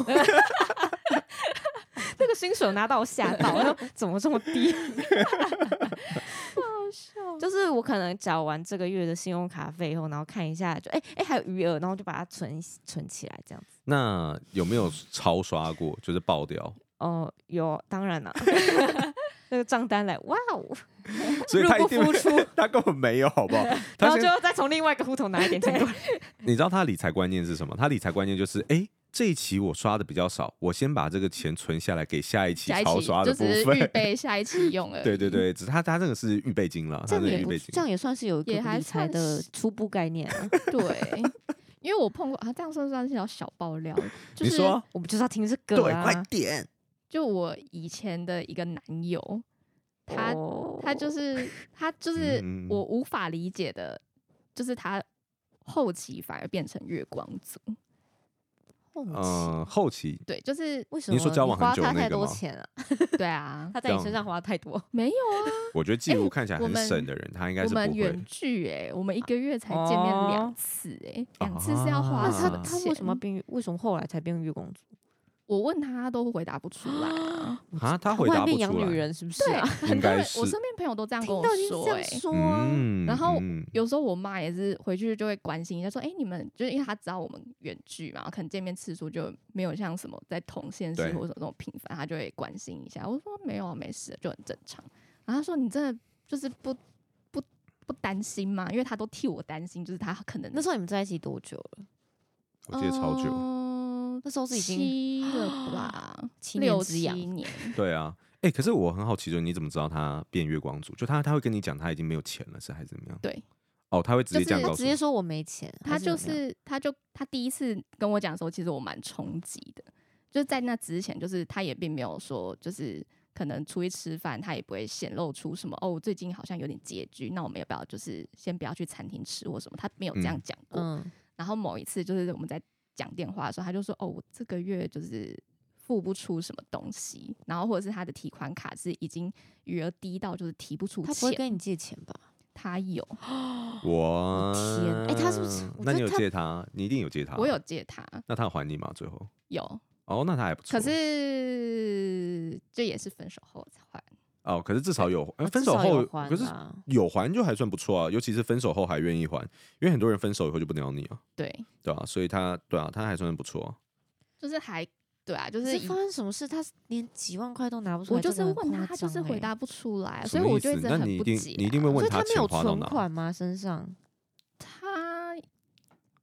Speaker 1: 那个新手拿到我吓到，我说怎么这么低？ <laughs>
Speaker 3: 好笑哦
Speaker 1: 就是我可能缴完这个月的信用卡费以后，然后看一下，就哎哎、还有余额，然后就把它存存起来这样子。
Speaker 2: 那有没有超刷过？就是爆
Speaker 1: <laughs>
Speaker 2: 掉？
Speaker 1: 哦，有，当然了、 <laughs> 那个账单来，哇哦，
Speaker 2: 所以他一定
Speaker 1: 入不敷出，
Speaker 2: 他根本没有，
Speaker 1: <laughs>
Speaker 2: 好不好？
Speaker 1: 然
Speaker 2: <laughs> 他
Speaker 1: 后
Speaker 2: 先
Speaker 1: 最
Speaker 2: 啊
Speaker 1: 后再从另外一个户头拿一点钱过来。
Speaker 2: 你知道他的理财观念是什么？他理财观念就是，哎、这一期我刷的比较少，我先把这个钱存下来给下一期
Speaker 3: 下一
Speaker 2: 超
Speaker 3: 期
Speaker 2: 刷的
Speaker 3: 就
Speaker 2: 部
Speaker 3: 只是预
Speaker 2: 分。
Speaker 3: 备下一期用
Speaker 2: <laughs>
Speaker 3: 了。
Speaker 2: 对对对，只是他他这个是预备金了，
Speaker 1: 嗯这
Speaker 2: 他
Speaker 1: 样
Speaker 2: 这个
Speaker 1: 也
Speaker 2: 预
Speaker 1: 不
Speaker 2: 备
Speaker 1: 这
Speaker 2: 金。
Speaker 1: 样也算是有一
Speaker 3: 也
Speaker 1: 个
Speaker 3: 还
Speaker 1: 理财
Speaker 3: 算
Speaker 1: 的
Speaker 3: 是
Speaker 1: 初步概念、啊。
Speaker 2: <laughs>
Speaker 3: 对，因为我碰过啊，这样算不算是小小爆料？就
Speaker 2: 你
Speaker 3: 是
Speaker 2: 说
Speaker 1: <laughs> 我们就是要听这
Speaker 2: 对，
Speaker 1: 个啊
Speaker 2: 快。点！
Speaker 3: 就我以前的一个男友，他
Speaker 1: 哦
Speaker 2: <laughs>
Speaker 3: 他就是他就是
Speaker 2: 嗯
Speaker 3: 我无法理解的，就是他后期反而变成月光族。
Speaker 1: 好奇
Speaker 2: 嗯、后期
Speaker 3: 对，就是
Speaker 1: 为什么
Speaker 2: 你说交往很久
Speaker 1: 花他
Speaker 2: 那
Speaker 1: 太
Speaker 2: 个
Speaker 1: 多
Speaker 2: 吗
Speaker 1: 钱啊？
Speaker 3: 对啊，
Speaker 1: 他在你身上花太多，
Speaker 3: 没有啊，
Speaker 2: 我觉得季
Speaker 3: 诶
Speaker 2: 如看起来很
Speaker 3: 我们
Speaker 2: 省的人，他应该
Speaker 3: 我
Speaker 2: 是不
Speaker 3: 们
Speaker 2: 会
Speaker 3: 远。距哎、我们一个月才见面
Speaker 1: 哦
Speaker 3: 两次哎、两次是要花
Speaker 2: 啊
Speaker 1: 那他
Speaker 3: 什么
Speaker 1: 他为什么
Speaker 3: 钱？
Speaker 1: 变？为什么后来才变月公主？
Speaker 3: 我问他，他都回答不出来、啊。
Speaker 2: 啊，他
Speaker 1: 忽
Speaker 2: 回
Speaker 1: 然
Speaker 2: 答不
Speaker 1: 变养
Speaker 2: 出
Speaker 1: 女
Speaker 2: 来。
Speaker 1: 人是不是
Speaker 3: 对，
Speaker 1: 啊？
Speaker 3: 很
Speaker 2: 应
Speaker 3: 多
Speaker 2: 该
Speaker 3: 人，
Speaker 2: 是
Speaker 3: 我身边朋友都这样跟
Speaker 1: 听
Speaker 3: 我
Speaker 1: 到就是
Speaker 3: 说
Speaker 1: 这
Speaker 3: 哎、
Speaker 1: 样说啊，
Speaker 2: 嗯，
Speaker 3: 然后
Speaker 2: 嗯
Speaker 3: 有时候我妈也是回去就会关心一下，说：“哎、你们就是因为她知道我们远距嘛，可能见面次数就没有像什么在同县市
Speaker 2: 对
Speaker 3: 或者什么那种频繁，她就会关心一下。”我说：“没有啊，没事，就很正常。”然后她说：“你真的就是不不不担心吗？因为她都替我担心，就是她可能
Speaker 1: 那时候你们在一起多久了？
Speaker 2: 我记得超久。
Speaker 3: 哦久
Speaker 1: 那时候是已经
Speaker 3: 七了吧，
Speaker 1: 七年
Speaker 3: 啊六
Speaker 1: 之
Speaker 3: 七
Speaker 1: 痒，
Speaker 3: 年，
Speaker 2: 对啊，哎、可是我很好奇，就是你怎么知道他变月光族？就他他会跟你讲他已经没有钱了，是还是怎么样？
Speaker 3: 对，
Speaker 2: 哦，他会直接这样
Speaker 3: 就是
Speaker 2: 告
Speaker 1: 他
Speaker 2: 诉
Speaker 1: 直
Speaker 2: 你
Speaker 1: 接说我没钱，
Speaker 3: 他
Speaker 1: 还
Speaker 3: 就
Speaker 1: 怎么样
Speaker 3: 是，他就他第一次跟我讲的时候，其实我蛮冲击的。就是在那之前，就是他也并没有说，就是可能出去吃饭，他也不会显露出什么哦，我最近好像有点拮据，那我们要不要就是先不要去餐厅吃或什么？他没有这样
Speaker 2: 嗯
Speaker 3: 讲过。
Speaker 1: 嗯，
Speaker 3: 然后某一次就是我们在讲电话的时候，他就说：“哦，我这个月就是付不出什么东西，然后或者是他的提款卡是已经余额低到就是提不出
Speaker 1: 他不会
Speaker 3: 钱。
Speaker 1: 跟你借钱吧？
Speaker 3: 他有，
Speaker 2: 我
Speaker 1: 天哎他是不是我
Speaker 2: 那
Speaker 1: 觉
Speaker 2: 你
Speaker 1: 得
Speaker 2: 有
Speaker 1: 他
Speaker 2: 借他？你一定有借他。
Speaker 3: 我有。借他，
Speaker 2: 那他有还你吗？最后？
Speaker 3: 有。
Speaker 2: 哦，那他还不错。
Speaker 3: 可是这也是分手后才换，
Speaker 2: 哦，可是至少有呃
Speaker 1: 啊
Speaker 2: 分
Speaker 1: 至
Speaker 2: 手
Speaker 1: 少有
Speaker 2: 后，
Speaker 1: 还
Speaker 2: 可是
Speaker 1: 啊
Speaker 2: 有还就还算不错啊。尤其是分手后还愿意还，因为很多人分手以后就不鸟你啊，
Speaker 3: 对，
Speaker 2: 对啊，所以他对啊，他还算不错、啊。
Speaker 3: 就是还对啊，就是是以
Speaker 1: 发生什么事？他连几万块都拿不出来，
Speaker 3: 我就是
Speaker 1: 真的很
Speaker 3: 问
Speaker 1: 夸
Speaker 3: 他，他就是
Speaker 1: 张
Speaker 3: 回
Speaker 1: 欸，
Speaker 3: 答不出来，
Speaker 2: 什
Speaker 3: 所以
Speaker 2: 么
Speaker 3: 我
Speaker 2: 意
Speaker 3: 就会
Speaker 2: 思
Speaker 3: 真的
Speaker 2: 那
Speaker 3: 很
Speaker 2: 你
Speaker 3: 不
Speaker 2: 一定
Speaker 3: 解啊、
Speaker 2: 你一定会问
Speaker 1: 所以
Speaker 2: 他
Speaker 1: 他没
Speaker 2: 钱
Speaker 1: 有
Speaker 2: 花到
Speaker 1: 存
Speaker 2: 哪？
Speaker 1: 款吗？身上
Speaker 3: 他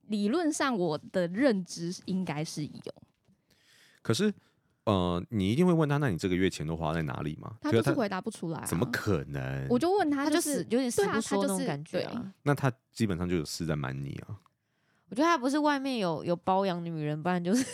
Speaker 3: 理论上我的认知应该是有，
Speaker 2: 可是呃，你一定会问他，那你这个月钱都花在哪里吗？
Speaker 3: 他
Speaker 2: 可
Speaker 3: 就是是回答不出来、啊
Speaker 2: 怎么？
Speaker 1: 啊
Speaker 2: 可能？
Speaker 3: 我就问他、
Speaker 1: 他
Speaker 3: 就是是
Speaker 1: 死有点死
Speaker 3: 对啊
Speaker 1: 不
Speaker 3: 他
Speaker 1: 说
Speaker 3: 就
Speaker 1: 那种
Speaker 3: 是
Speaker 1: 感觉
Speaker 3: 对
Speaker 1: 啊。
Speaker 2: 那他基本上就有事在瞒你啊。
Speaker 1: 我觉得他不是外面有有包养女人，不然就是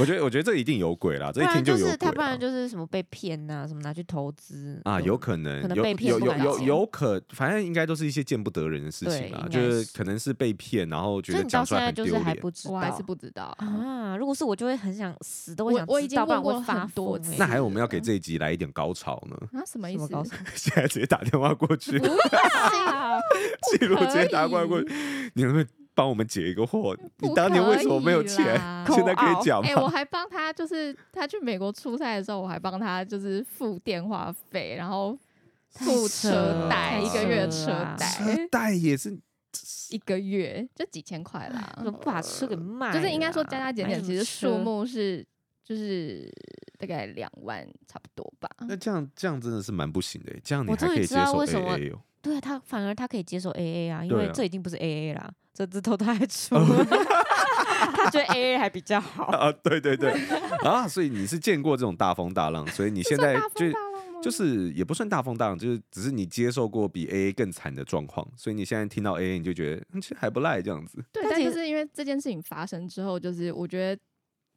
Speaker 2: 我觉得，我觉得这一定有鬼啦，这
Speaker 1: 不
Speaker 2: 一
Speaker 1: 然
Speaker 2: 听
Speaker 1: 就
Speaker 2: 有
Speaker 1: 是
Speaker 2: 鬼
Speaker 1: 他不
Speaker 2: 啦
Speaker 1: 然就是什么被骗呐、什么拿去投资
Speaker 2: 啊，
Speaker 1: 嗯
Speaker 2: 有可能，
Speaker 1: 可能
Speaker 2: 有
Speaker 1: 被骗
Speaker 2: 有
Speaker 1: 不
Speaker 2: 有
Speaker 1: 敢
Speaker 2: 有
Speaker 1: 讲
Speaker 2: 有可，反正应该都是一些见不得人的事情
Speaker 1: 对
Speaker 2: 啦，
Speaker 1: 应
Speaker 2: 就
Speaker 1: 该
Speaker 2: 是
Speaker 1: 是
Speaker 2: 可能是被骗，然后觉
Speaker 1: 所以
Speaker 2: 得
Speaker 1: 你
Speaker 2: 讲
Speaker 1: 到
Speaker 2: 出
Speaker 1: 现
Speaker 2: 来
Speaker 1: 在
Speaker 2: 很丢
Speaker 1: 就是还
Speaker 2: 脸，
Speaker 1: 不知道，
Speaker 3: 我还是不知道。
Speaker 1: 啊！如果是我，就会很想死都会
Speaker 3: 我
Speaker 1: 想
Speaker 3: 我
Speaker 1: 知
Speaker 3: 已经
Speaker 1: 道，不然
Speaker 3: 问过
Speaker 1: 会发
Speaker 3: 很多
Speaker 1: 疯欸
Speaker 3: 次
Speaker 2: 那还有我们要给这一集来一点高潮呢？ <laughs>
Speaker 3: 啊，什么意
Speaker 1: 什么
Speaker 3: 思？
Speaker 1: 高手？
Speaker 2: 现在直接打电话过去，
Speaker 3: <laughs> 啊
Speaker 2: <laughs> 记录直接打过来
Speaker 3: 可
Speaker 2: 过去， <laughs> 你能不能帮我们解一个惑？你
Speaker 3: 不
Speaker 2: 当年为
Speaker 3: 可
Speaker 2: 什么没有
Speaker 3: 以
Speaker 2: 钱？
Speaker 3: 啦
Speaker 2: <laughs> 现在可
Speaker 3: <laughs>
Speaker 2: 以讲
Speaker 3: 哎、我
Speaker 2: <laughs> 吗？
Speaker 3: 还帮他，就是他去美国出差的时候，我还帮他就是付电话费，然后
Speaker 1: 太
Speaker 3: 付
Speaker 1: 扯
Speaker 3: 车贷
Speaker 2: 了
Speaker 3: 一个月的车
Speaker 1: 太
Speaker 3: 贷
Speaker 1: 扯啊
Speaker 2: 车贷也是，
Speaker 3: <laughs> 一个月就几千块啦
Speaker 1: 怎，么不把车
Speaker 2: 嗯
Speaker 1: 给卖了啊？
Speaker 3: 就是应该说加加减
Speaker 1: 买
Speaker 3: 减，
Speaker 1: 什
Speaker 3: 其
Speaker 1: 么
Speaker 3: 实数
Speaker 1: 车
Speaker 3: 目是就是大概两万差不多吧。
Speaker 2: 那这样这样真的是蛮不行的，欸这样你
Speaker 1: 我
Speaker 2: 还
Speaker 1: 终于
Speaker 2: 可以
Speaker 1: 知
Speaker 2: 接
Speaker 1: 道
Speaker 2: 受
Speaker 1: 为什么
Speaker 2: AA 哦。
Speaker 1: 对啊他反而他可以接受 AA 啊，因
Speaker 2: 对
Speaker 1: 为
Speaker 2: 啊哦
Speaker 1: 这已经不是 AA 啦，这这都太出
Speaker 2: <laughs>
Speaker 1: 了，他觉得 AA 还比较好。
Speaker 2: <laughs> 啊，对对
Speaker 3: <laughs>
Speaker 2: 对，啊，所以你是见过这种大风大浪，所以你现在
Speaker 3: 大
Speaker 2: 就
Speaker 3: 风大浪吗？
Speaker 2: 就是也不算大风大浪，就是只是你接受过比 AA 更惨的状况，所以你现在听到 AA 你就觉得嗯其实还不赖这样子。
Speaker 3: 对，
Speaker 1: 但
Speaker 3: 但
Speaker 1: 其
Speaker 3: 就
Speaker 1: 实
Speaker 3: 是因为这件事情发生之后，就是我觉得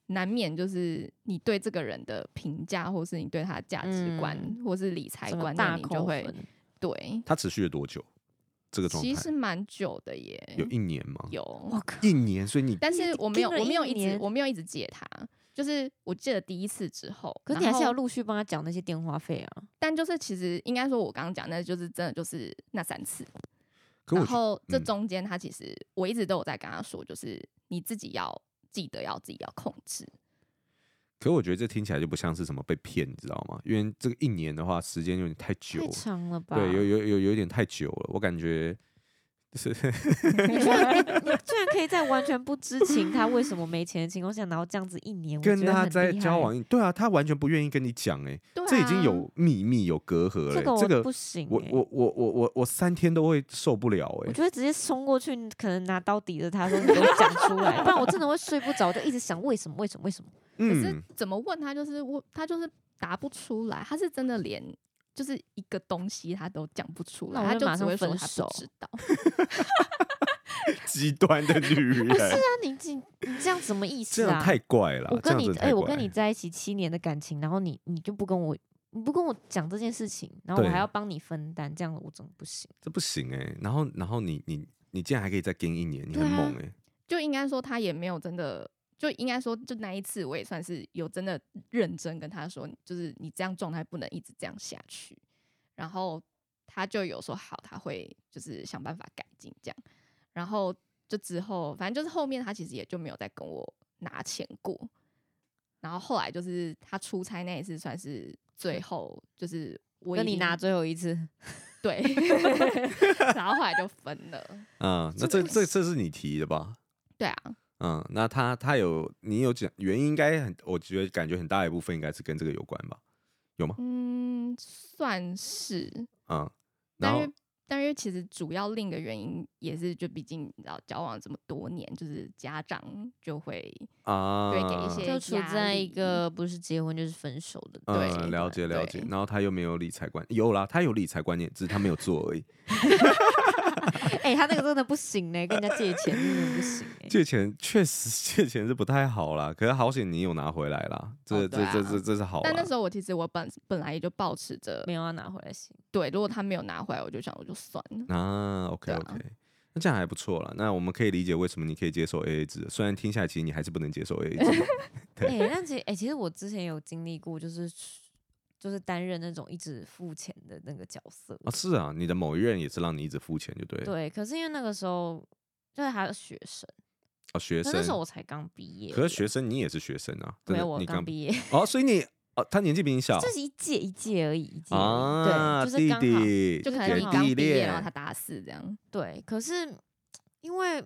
Speaker 3: 难免就是你对这个人的评价，或是你对他的价值观，
Speaker 1: 嗯
Speaker 3: 或是理财
Speaker 1: 什么
Speaker 3: 观
Speaker 1: 大
Speaker 3: 念，你
Speaker 1: 扣
Speaker 3: 就会
Speaker 1: 分
Speaker 3: 对。
Speaker 2: 它持续了多久？这个状
Speaker 3: 其
Speaker 2: 态
Speaker 3: 实蛮久的耶，
Speaker 2: 有一年吗？
Speaker 3: 有
Speaker 1: 我靠！
Speaker 2: 一年，所以你
Speaker 3: 但
Speaker 1: 你
Speaker 3: 是我没有，
Speaker 1: 跟了
Speaker 3: 我没有
Speaker 1: 一
Speaker 3: 一直
Speaker 1: 年
Speaker 3: 我没有一直借他，就是我记得第一次之后，
Speaker 1: 可是你还是
Speaker 3: 然
Speaker 1: 要
Speaker 3: 后
Speaker 1: 陆续帮他缴那些电话费啊。
Speaker 3: 但就是其实应该说，我刚刚讲那就是真的就是那三次，
Speaker 2: 可我觉
Speaker 3: 然
Speaker 2: 得
Speaker 3: 后这
Speaker 2: 嗯
Speaker 3: 中间他其实我一直都有在跟他说，就是你自己要记得要自己要控制，
Speaker 2: 可我觉得这听起来就不像是什么被骗，你知道吗？因为这个一年的话，时间有点太久
Speaker 1: 太
Speaker 2: 了，
Speaker 1: 长了吧？
Speaker 2: 对，有有有有点太久了，我感觉就是
Speaker 1: 你居然你居然可以在完全不知情他为什么没钱的情况下，然后这样子一年，我
Speaker 2: <laughs> 跟
Speaker 1: 觉得
Speaker 2: 他
Speaker 1: 很
Speaker 2: 在
Speaker 1: 厉害
Speaker 2: 交往一，对啊，他完全不愿意跟你讲，哎，
Speaker 3: 对啊
Speaker 2: 这已经有秘密有隔阂了
Speaker 1: 这个
Speaker 2: 欸、这
Speaker 1: 我
Speaker 2: 个
Speaker 1: 不行欸、
Speaker 2: 我我我我我我三天都会受不了，
Speaker 1: 我
Speaker 2: 哎，
Speaker 1: 就会直接冲过去，可能拿刀抵着他说：“你给我讲出来， <laughs> 不然我真的会睡不着，就一直想为什么为什么为什么。
Speaker 3: 可是
Speaker 2: 嗯，
Speaker 3: 怎么问他就是我他就是答不出来，他是真的连。就是一个东西他都讲不出来，
Speaker 1: 那我
Speaker 3: 他
Speaker 1: 就
Speaker 3: 就
Speaker 1: 马
Speaker 3: 只
Speaker 1: 上
Speaker 3: 会说
Speaker 1: 分
Speaker 3: 他
Speaker 1: 手
Speaker 3: 不知道。
Speaker 2: 极端的
Speaker 1: <laughs>
Speaker 2: 女人，
Speaker 1: 啊那你这你这样什么意思
Speaker 2: 这
Speaker 1: 啊？
Speaker 2: 样太怪了，
Speaker 1: 我跟
Speaker 2: 这样
Speaker 1: 你
Speaker 2: 真的
Speaker 1: 哎、
Speaker 2: 太
Speaker 1: 我
Speaker 2: 怪
Speaker 1: 跟你在一起七年的感情，然后你你就不跟我你不跟我讲这件事情，然后我
Speaker 2: 对
Speaker 1: 还要帮你分担，这样我真的不行。
Speaker 2: 这不行哎、然后然后你你你竟然还可以再跟一年，你很
Speaker 1: 对啊
Speaker 2: 猛哎、
Speaker 3: 就应该说他也没有真的，就应该说就那一次，我也算是有真的认真跟他说，就是你这样状态不能一直这样下去。然后他就有说好，他会就是想办法改进这样。然后就之后，反正就是后面他其实也就没有再跟我拿钱过。然后后来就是他出差那一次，算是最后就是我已
Speaker 1: 跟你
Speaker 3: 经
Speaker 1: 拿最后一次，
Speaker 3: 对， <laughs> 然后后来就分了。
Speaker 2: 嗯，那这这这是你提的吧？
Speaker 3: 对啊，
Speaker 2: 嗯，那他他有你有讲原因，应该很，我觉得感觉很大一部分应该是跟这个有关吧？
Speaker 3: 嗯，算是。
Speaker 2: 嗯，然
Speaker 3: 但
Speaker 2: 后
Speaker 3: 是但是其实主要另一个原因也是，就毕竟你知道交往这么多年，就是家长就会
Speaker 2: 啊，
Speaker 3: 对给一些
Speaker 1: 就处
Speaker 3: 压
Speaker 1: 在一
Speaker 3: 力
Speaker 1: 个不是结婚就是分手的对
Speaker 2: 嗯，了解了解
Speaker 3: 对。
Speaker 2: 然后他又没有理财观，有啦，他有理财观念，只是他没有做而
Speaker 3: <laughs>
Speaker 2: 已。
Speaker 1: <laughs> 哎、他那个真的不行呢、跟人家借钱真的不行、欸。
Speaker 2: 借钱确实借钱是不太好啦，可是好险你有拿回来啦，这、
Speaker 3: 哦对
Speaker 2: 这
Speaker 3: 啊
Speaker 2: 这这这是好啦。
Speaker 3: 但那时候我其实我本本来也就保持着，
Speaker 1: 没有要拿回来
Speaker 2: <laughs>
Speaker 1: 行，
Speaker 3: 对，如果他没有拿回来，我就想我就算了。
Speaker 2: 啊，OK
Speaker 3: 对啊
Speaker 2: OK，、那这样还不错啦。那我们可以理解为什么你可以接受 AA 制，虽然听下来其实你还是不能接受 AA
Speaker 3: <laughs>
Speaker 2: 制。
Speaker 1: 哎、但其实哎、欸其实我之前有经历过，就是就是担任那种一直付钱的那个角色，
Speaker 2: 啊，是啊，你的某一任也是让你一直付钱，就对了。
Speaker 1: 对。可是因为那个时候就是还有学生，
Speaker 2: 啊，学
Speaker 1: 可
Speaker 2: 生
Speaker 1: 是那时候我才刚毕业而已啊，
Speaker 2: 可是学生你也是学生啊，真
Speaker 1: 没
Speaker 2: 的
Speaker 1: 有我
Speaker 2: 你
Speaker 1: 刚毕业，
Speaker 2: 哦，所以你哦，他年纪比你小
Speaker 1: 就是一届一届而已，一届而已
Speaker 2: 啊，
Speaker 1: 对，就是
Speaker 2: 弟
Speaker 1: 刚好
Speaker 2: 弟，
Speaker 3: 就可
Speaker 1: 姐
Speaker 3: 能你
Speaker 1: 弟
Speaker 3: 刚毕业，
Speaker 2: 恋
Speaker 3: 然后他大四这样，
Speaker 1: 对。可是因为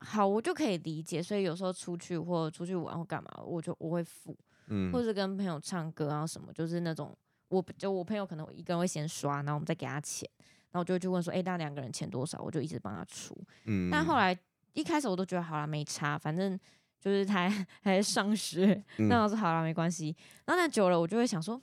Speaker 1: 好，我就可以理解，所以有时候出去或出去玩或干嘛，我就我会付，
Speaker 2: 嗯
Speaker 1: 或是跟朋友唱歌啊什么，就是那种我就我朋友可能我一个人会先刷，然后我们再给他钱，然后我就会去问说，哎、那两个人钱多少？我就一直帮他出。
Speaker 2: 嗯
Speaker 1: 但后来一开始我都觉得好啦，没差，反正就是他 <laughs> 还还在上学，
Speaker 2: 嗯
Speaker 1: 那我说好啦，没关系。然后那久了，我就会想说，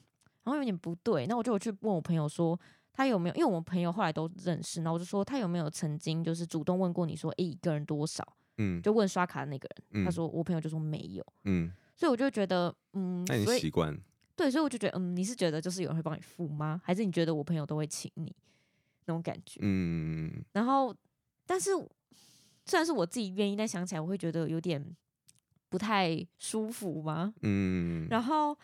Speaker 1: 好像有点不对。那我就有去问我朋友说。他有没有？因为我们朋友后来都认识，然后我就说他有没有曾经就是主动问过你说，诶、一个人多少？
Speaker 2: 嗯
Speaker 1: 就问刷卡的那个人，
Speaker 2: 嗯
Speaker 1: 他说我朋友就说没有，
Speaker 2: 嗯，
Speaker 1: 所以我就觉得，嗯，
Speaker 2: 那你
Speaker 1: 所以
Speaker 2: 习惯
Speaker 1: 对，所以我就觉得，嗯，你是觉得就是有人会帮你付吗？还是你觉得我朋友都会请你那种感觉？
Speaker 2: 嗯
Speaker 1: 然后，但是虽然是我自己愿意，但想起来我会觉得有点不太舒服嘛。
Speaker 2: 嗯，
Speaker 1: 然后，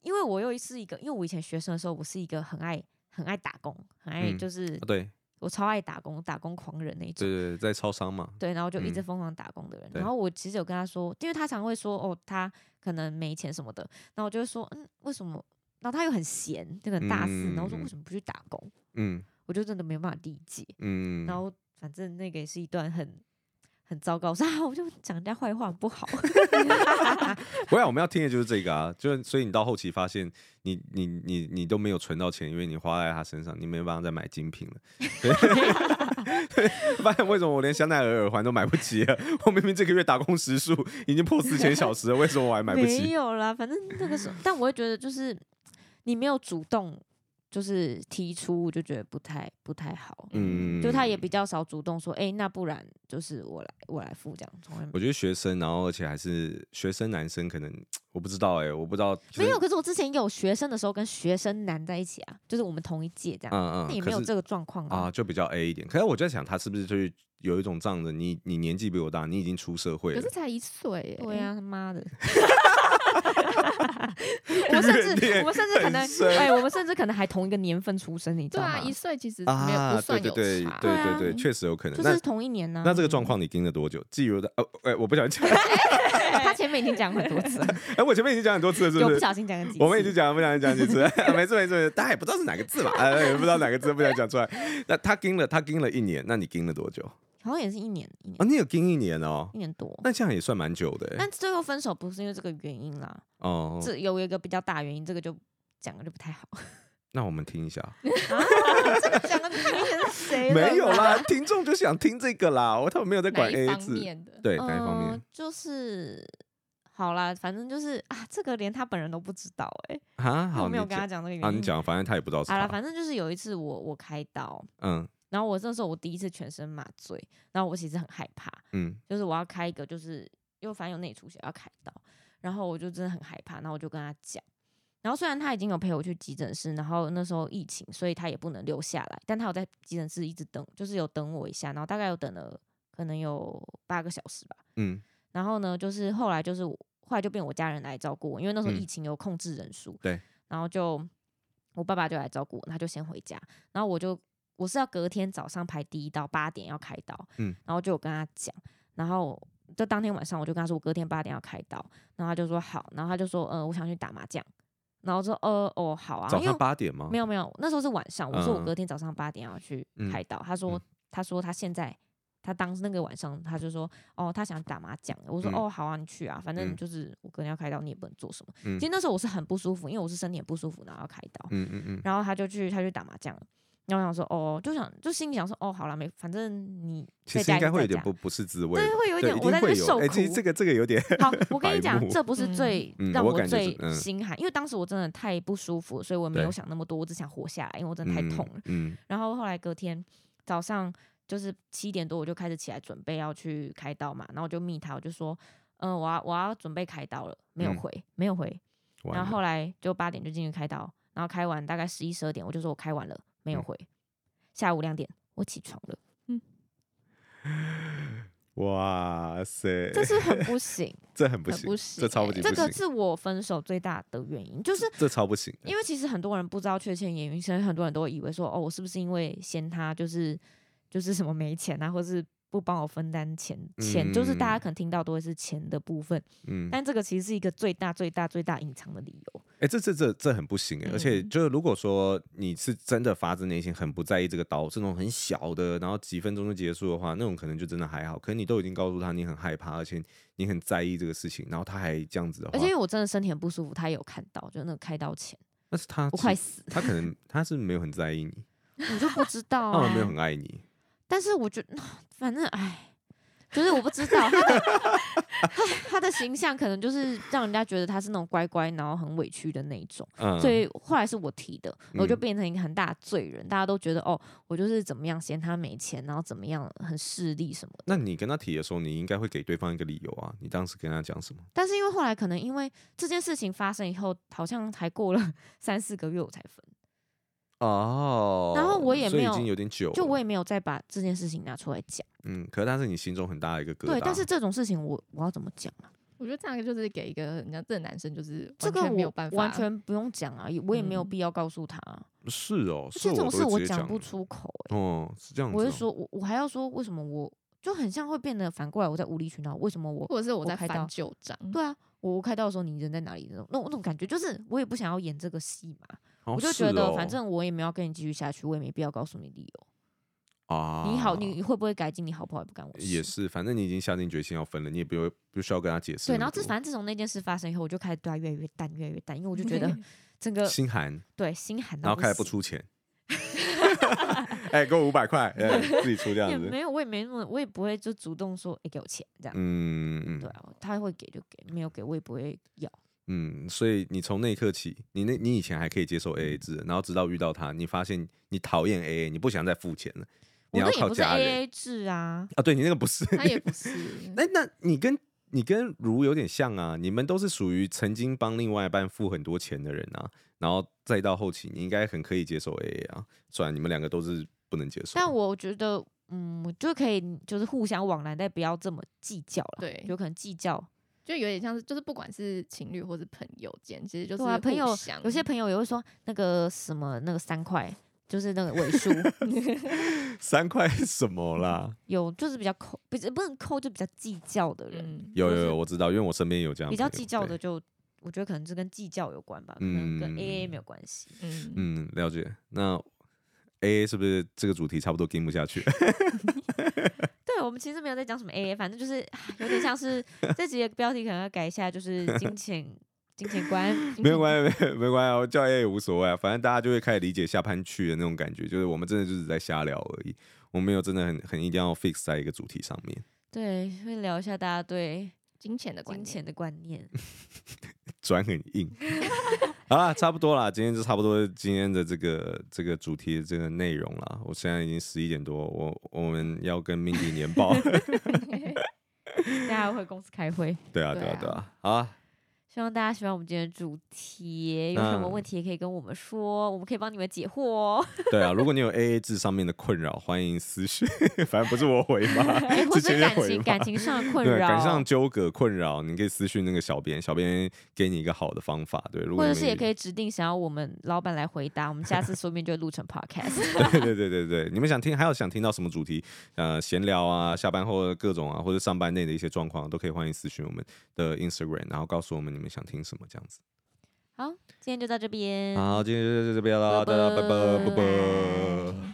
Speaker 1: 因为我又是一个，因为我以前学生的时候，我是一个很爱很爱打工，很爱
Speaker 2: 嗯
Speaker 1: 就是、
Speaker 2: 啊对
Speaker 1: 我超爱打工，打工狂人那一种。
Speaker 2: 对对，在超商嘛，
Speaker 1: 对，然后就一直
Speaker 2: 嗯
Speaker 1: 疯狂打工的人。
Speaker 2: 对
Speaker 1: 然后我其实有跟他说，因为他常会说哦，他可能没钱什么的，然后我就会说，嗯，为什么？然后他又很闲，就很大四，然后说
Speaker 2: 嗯嗯
Speaker 1: 为什么不去打工？
Speaker 2: 嗯
Speaker 1: 我就真的没有办法理解。
Speaker 2: 嗯，
Speaker 1: 然后反正那个也是一段很很糟糕， <laughs> 然后我就讲人家坏话很不好。
Speaker 2: 不然我们要听的就是这个啊，就是所以你到后期发现你你你你都没有存到钱，因为你花在他身上，你没办法再买精品了。 <laughs> 对发现为什么我连香奈儿耳环都买不起了？我明明这个月打工时数已经破四千小时了，为什么我 <laughs> 还买不
Speaker 1: 没
Speaker 2: 起？
Speaker 1: 有啦，反正那个
Speaker 2: <laughs>
Speaker 1: 时候，但我会觉得就是你没有主动就是提出，我就觉得不太不太好。
Speaker 2: 嗯
Speaker 1: 就他也比较少主动说，哎、那不然就是我来我来付这样，从来没
Speaker 2: 我觉得学生，然后而且还是学生男生，可能我不知道哎、我不知道、就是
Speaker 1: 没有。，可是我之前有学生的时候跟学生男在一起啊，就是我们同一届这样，
Speaker 2: 嗯
Speaker 1: 那、
Speaker 2: 嗯，
Speaker 1: 也
Speaker 2: 可
Speaker 1: 没有
Speaker 2: 是
Speaker 1: 这个状况
Speaker 2: 啊，
Speaker 1: 啊。
Speaker 2: 就比较 A 一点。可是我就在想，他是不是就是有一种仗着你，你年纪比我大，你已经出社会
Speaker 3: 可
Speaker 2: 了
Speaker 3: 是，才一岁耶，
Speaker 1: 啊
Speaker 2: <laughs>
Speaker 1: 对呀、他妈的！我们甚
Speaker 2: 怨
Speaker 1: 至
Speaker 2: 念
Speaker 1: 我们甚至可能
Speaker 2: 很深
Speaker 1: 哎，我们甚至可能还同一个年份出生，你知
Speaker 3: 对
Speaker 1: 道吗
Speaker 3: 啊，？一岁其实没有
Speaker 2: 啊
Speaker 3: 不，
Speaker 2: 对
Speaker 3: 算
Speaker 2: 对
Speaker 3: 有
Speaker 2: 对
Speaker 3: 差，
Speaker 1: 对
Speaker 2: 对
Speaker 1: 啊
Speaker 2: 对对，确实有可能。
Speaker 1: 就是嗯同一年呢。
Speaker 2: 那那这个状况你盯了多久？记如的，哦，哎，我不想讲，
Speaker 1: 他前面已经讲很多
Speaker 2: <laughs>
Speaker 1: 次了，
Speaker 2: 哎，我前面已经讲很多次了，是
Speaker 1: 有
Speaker 2: 不
Speaker 1: 不
Speaker 2: 是？
Speaker 1: 小心讲了几次。
Speaker 2: 我们已经讲了不 <laughs> 想讲几次，没事没事，没事大家也不知道是哪个字嘛，哎，也不知道哪个字不想讲出来。那他盯了，他盯了一年，那你盯了多久？
Speaker 1: 好像也是一年一年
Speaker 2: 啊，你有盯一年哦，
Speaker 1: 一年多。
Speaker 2: 那这样也算蛮久的欸。
Speaker 1: 但最后分手不是因为这个原因啦，
Speaker 2: 哦，
Speaker 1: 这有一个比较大原因，这个就讲的就不太好。
Speaker 2: 那我们听一下。
Speaker 1: 啊，这个讲的太明显是谁了吧
Speaker 2: 没有啦，听众就想听这个啦，我他们没有在
Speaker 3: 哪
Speaker 2: 管
Speaker 3: 一
Speaker 2: A A
Speaker 3: 方
Speaker 2: 制，
Speaker 3: 面的？
Speaker 2: 对哪一方面
Speaker 1: 呃就是好啦，反正就是啊，这个连他本人都不知道哎、欸，
Speaker 2: 啊？
Speaker 1: 我
Speaker 2: 好，
Speaker 1: 没
Speaker 2: 你
Speaker 1: 有跟他讲
Speaker 2: 讲
Speaker 1: 这个原因。
Speaker 2: 啊，你讲，反正他也不知道是
Speaker 1: 好了，
Speaker 2: 他。
Speaker 1: 反正就是有一次我我开刀，
Speaker 2: 嗯
Speaker 1: 然后我那时候我第一次全身麻醉，然后我其实很害怕，
Speaker 2: 嗯
Speaker 1: 就是我要开一个，就是因为反正有内出血要开刀，然后我就真的很害怕，然后我就跟他讲。然后虽然他已经有陪我去急诊室，然后那时候疫情，所以他也不能留下来，但他有在急诊室一直等，就是有等我一下，然后大概有等了可能有八个小时吧。
Speaker 2: 嗯，
Speaker 1: 然后呢，就是后来就是我后来就变我家人来照顾我，因为那时候
Speaker 2: 嗯
Speaker 1: 疫情有控制人数，
Speaker 2: 对，
Speaker 1: 然后就我爸爸就来照顾我，他就先回家，然后我就我是要隔天早上排第一刀，八点要开刀，
Speaker 2: 嗯
Speaker 1: 然后就有跟他讲，然后就当天晚上我就跟他说我隔天八点要开刀，然后他就说好，然后他就说嗯、呃我想去打麻将，然后我说呃哦好啊，
Speaker 2: 早
Speaker 1: 因为
Speaker 2: 上八点吗？
Speaker 1: 没
Speaker 2: 有，
Speaker 1: 有没有，那时候是晚上，我说我
Speaker 2: 嗯
Speaker 1: 隔天早上八点要去
Speaker 2: 嗯
Speaker 1: 开刀，他说
Speaker 2: 嗯
Speaker 1: 他说他现在他当时那个晚上他就说哦他想打麻将，我说
Speaker 2: 嗯
Speaker 1: 哦好啊你去啊，反正
Speaker 2: 嗯
Speaker 1: 就是我隔天要开刀，你也不能做什么。
Speaker 2: 嗯
Speaker 1: 其实那时候我是很不舒服，因为我是身体很不舒服，然后要开刀，
Speaker 2: 嗯嗯嗯，
Speaker 1: 然后他就去他去打麻将了。然后我想说，哦，就想就心里想说，哦，好了，没，反正你
Speaker 2: 其
Speaker 1: 在
Speaker 2: 实
Speaker 1: 家
Speaker 2: 应
Speaker 1: 也
Speaker 2: 该
Speaker 1: 是
Speaker 2: 会
Speaker 1: 在
Speaker 2: 有点
Speaker 1: 家，
Speaker 2: 不不是滋味
Speaker 1: 对
Speaker 2: 吧，，
Speaker 1: 会有一
Speaker 2: 对，
Speaker 1: 点
Speaker 2: 一
Speaker 1: 我在
Speaker 2: 定
Speaker 1: 那
Speaker 2: 会
Speaker 1: 边
Speaker 2: 有。
Speaker 1: 受
Speaker 2: 哎，
Speaker 1: 苦
Speaker 2: 其。实这个这个有点，
Speaker 1: 好，我跟
Speaker 2: <laughs> 白
Speaker 1: 你讲，
Speaker 2: 目
Speaker 1: 这不是
Speaker 3: 嗯
Speaker 1: 最
Speaker 2: 嗯
Speaker 1: 让
Speaker 2: 我感觉
Speaker 1: 最
Speaker 2: 是嗯
Speaker 1: 心寒，因为当时我真的太不舒服，所以我没
Speaker 2: 对
Speaker 1: 有想那么多，我只想活下来，因为我真的太痛了。
Speaker 2: 嗯，
Speaker 1: 然后后来隔天早上就是七点多，我就开始起来准备要去开刀嘛，然后我就密他，我就说，嗯、我要我要准备开刀了，没有
Speaker 2: 嗯
Speaker 1: 回，没有回。
Speaker 2: 嗯，
Speaker 1: 然
Speaker 2: 完
Speaker 1: 后后
Speaker 2: 了
Speaker 1: 来就八点就进去开刀，然后开完大概十一十二点，我就说我开完了，没有
Speaker 2: 嗯
Speaker 1: 回。下午两点我起床了，
Speaker 2: 哇塞，
Speaker 1: 这是很
Speaker 2: <laughs>
Speaker 1: 不行，
Speaker 2: 这很不
Speaker 3: 很
Speaker 2: 行
Speaker 3: 不，行
Speaker 2: 这超级
Speaker 1: 这
Speaker 2: 不
Speaker 1: 个
Speaker 2: 行，
Speaker 1: 是我分手最大的原因，就是
Speaker 2: 这超不行的。
Speaker 1: 因为其实很多人不知道确切原因，所以很多人都会以为说，哦，我是不是因为嫌他就是就是什么没钱啊，或是不帮我分担钱钱，就是大家
Speaker 2: 嗯
Speaker 1: 可能听到都会是钱的部分，
Speaker 2: 嗯，
Speaker 1: 但这个其实是一个最大最大最大隐藏的理由。
Speaker 2: 哎、这这这这很不行哎、而且
Speaker 1: 嗯
Speaker 2: 就是如果说你是真的发自内心很不在意这个刀，是那种很小的，然后几分钟就结束的话，那种可能就真的还好。可是你都已经告诉他你很害怕，而且你很在意这个事情，然后他还这样子的
Speaker 1: 而且因为
Speaker 2: 话，
Speaker 1: 我真的身体很不舒服，他也有看到，就那个开刀前，
Speaker 2: 那是他
Speaker 1: 我
Speaker 2: 其，
Speaker 1: 快死
Speaker 2: 他可能他是没有很在
Speaker 1: <laughs>
Speaker 2: 意你，
Speaker 1: 我就不知道、
Speaker 2: <laughs> 他好
Speaker 1: 啊
Speaker 2: 像哦没有，很爱你。
Speaker 1: 但是我觉得， <laughs> 反正哎。就是我不知道他的 <laughs> 他的形象，可能就是让人家觉得他是那种乖乖，然后很委屈的那一种。
Speaker 2: 嗯，
Speaker 1: 所以后来是我提的，我就
Speaker 2: 嗯
Speaker 1: 变成一个很大的罪人，大家都觉得哦，我就是怎么样嫌他没钱，然后怎么样很势利什么的。
Speaker 2: 那你跟他提的时候，你应该会给对方一个理由啊。你当时跟他讲什么？
Speaker 1: 但是因为后来可能因为这件事情发生以后，好像才过了 <laughs> 三四个月我才分，
Speaker 2: 哦
Speaker 1: 然后我也
Speaker 2: 所以
Speaker 1: 没有
Speaker 2: 已经有点久了，
Speaker 1: 就我也没有再把这件事情拿出来讲。
Speaker 2: 嗯，可是他是你心中很大的一个疙瘩。
Speaker 1: 对，但是这种事情我我要怎么讲啊？
Speaker 3: 我觉得这样就是给一个人家这个男生就是
Speaker 1: 这
Speaker 3: 完
Speaker 1: 个
Speaker 3: 全没有
Speaker 1: 我
Speaker 3: 办法，
Speaker 1: 完全不用讲啊，也我也没有
Speaker 3: 嗯
Speaker 1: 必要告诉他啊、
Speaker 2: 是哦，
Speaker 1: 而
Speaker 2: 是
Speaker 1: 且这种事
Speaker 2: 都
Speaker 1: 我
Speaker 2: 会直接
Speaker 1: 讲
Speaker 2: 讲
Speaker 1: 不
Speaker 2: 的
Speaker 1: 出口、欸，
Speaker 2: 哦，是这样子、哦。
Speaker 1: 我是说我我还要说为什么我就很像会变得反过来我在无理取闹，为什么我
Speaker 3: 或者是我
Speaker 1: 我
Speaker 3: 在
Speaker 1: 开刀
Speaker 3: 翻旧
Speaker 1: <laughs>
Speaker 3: 账，
Speaker 1: 对啊，我我开刀的时候你人在哪里那种那种那种感觉，就是我也不想要演这个戏嘛，
Speaker 2: 哦
Speaker 1: 我就是觉得
Speaker 2: 哦
Speaker 1: 反正我也没有要跟你继续下去，我也没必要告诉你理由。
Speaker 2: 啊，呃
Speaker 1: 你好，你你会不会改进？你好不好也不干我事。
Speaker 2: 也是，反正你已经下定决心要分了，你也不用不需要跟他解释
Speaker 1: 对，
Speaker 2: 那
Speaker 1: 然
Speaker 2: 么多。
Speaker 1: 后这反正自从那件事发生以后，我就开始对他越来越淡，越来越淡，因为我就觉得整个
Speaker 2: 心寒，
Speaker 1: 对心寒到
Speaker 2: 然后开始不
Speaker 1: 行。
Speaker 2: 出钱。
Speaker 1: <laughs>
Speaker 2: 哎、给我五百块，哎、自己出这样
Speaker 1: 也
Speaker 2: 子。
Speaker 1: 没有，我也没那么，我也不会就主动说，哎、给我钱这样。
Speaker 2: 嗯嗯
Speaker 1: 对啊，他会给就给，没有给我也不会要。
Speaker 2: 嗯，所以你从那一刻起，你那你以前还可以接
Speaker 1: 嗯
Speaker 2: 受 AA 制，然后直到遇到他，你发现你讨厌 AA，你不想再付钱了，你
Speaker 1: 我
Speaker 2: 要
Speaker 1: 那也
Speaker 2: 靠
Speaker 1: 不是
Speaker 2: 家人
Speaker 1: A A 制啊，
Speaker 2: 啊。对你那个不是，
Speaker 3: 他也不是
Speaker 2: <laughs> 那那你跟你跟如有点像啊，你们都是属于曾经帮另外一半付很多钱的人啊，然后再到后期，你应该很可以接受 AA 啊，虽然你们两个都是不能接受。
Speaker 1: 但我觉得，嗯，就可以就是互相往来，但不要这么计较了。
Speaker 3: 对
Speaker 1: 有可能计较
Speaker 3: 就有点像是，就是不管是情侣或是朋友间，其实就是
Speaker 1: 对啊，朋友
Speaker 3: 互相
Speaker 1: 有些朋友也会说那个什么那个三块，就是那个尾
Speaker 3: <laughs>
Speaker 1: 数
Speaker 2: <laughs>
Speaker 1: <laughs>
Speaker 2: 三块是什么啦？
Speaker 1: 有，就是比较抠，不是不是抠，就比较计较的人，
Speaker 3: 嗯，
Speaker 2: 有
Speaker 1: 就
Speaker 2: 有
Speaker 1: 是
Speaker 2: 有，我知道，因为我身边有这样
Speaker 1: 比较
Speaker 2: 朋友
Speaker 1: 计较
Speaker 2: 对
Speaker 1: 的就我觉得可能是跟计较有关吧，可能跟
Speaker 2: 嗯
Speaker 1: A A 没有关系。
Speaker 3: 嗯嗯，
Speaker 2: 嗯，了解。那 A 是不是这个主题差不多跟不下去？
Speaker 1: 对我们其实没有在讲什么 A A，反正就是啊有点像是这集的标题可能要改一下，就是金钱金钱观。
Speaker 2: <laughs> 没有关系，没有没关系啊，我叫 A 也无所谓啊，反正大家就会开始理解下班去的那种感觉，就是我们真的就是在瞎聊而已，我们没有真的很很一定要 fix 在一个主题上面。
Speaker 1: 对，会聊一下大家对
Speaker 3: 金钱的观
Speaker 1: 金
Speaker 3: 念，
Speaker 1: 钱的观念。
Speaker 2: 转很
Speaker 1: <laughs>
Speaker 2: 硬。好啦，差不多啦，今天就差不多今天的这个这个主题的这个内容啦。我现在已经十一点多，我我们要跟
Speaker 1: <laughs>
Speaker 2: Mindy 年报。
Speaker 1: 大家回公司开会，
Speaker 2: 对啊，对啊，对啊。好啊，
Speaker 1: 希望大家喜欢我们今天的主题。有什么
Speaker 2: 嗯
Speaker 1: 问题也可以跟我们说，我们可以帮你们解惑哦。
Speaker 2: <laughs> 对啊。如果你有 AA 制上面的困扰，欢迎私讯， <laughs> 反正不是我回
Speaker 1: <laughs>
Speaker 2: 嘛，
Speaker 1: 哎，或
Speaker 2: 直
Speaker 1: 者
Speaker 2: 接
Speaker 1: 感
Speaker 2: 回
Speaker 1: 情
Speaker 2: 嘛
Speaker 1: 感情上
Speaker 2: <laughs>
Speaker 1: 的困
Speaker 2: 对，
Speaker 1: 扰，
Speaker 2: 感情上纠葛困扰，你可以私讯那个小编，小编给你一个好的方法。对，如果
Speaker 1: 或者
Speaker 2: 你
Speaker 1: 是
Speaker 2: 们
Speaker 1: 也
Speaker 2: <laughs>
Speaker 1: 可以指定想要我们老板来回答，我们下次说不定就会录成
Speaker 2: <laughs>
Speaker 1: podcast。
Speaker 2: 对对对对对，你们想听，还有想听到什么主题？呃，闲聊啊，下班后的各种啊，或者上班内的一些状况，都可以欢迎私讯我们的 Instagram，然后告诉我们你们想听什么这样子。
Speaker 1: 好，今天就到这边。
Speaker 2: 好，今天就到这边啦，大家拜拜，拜拜。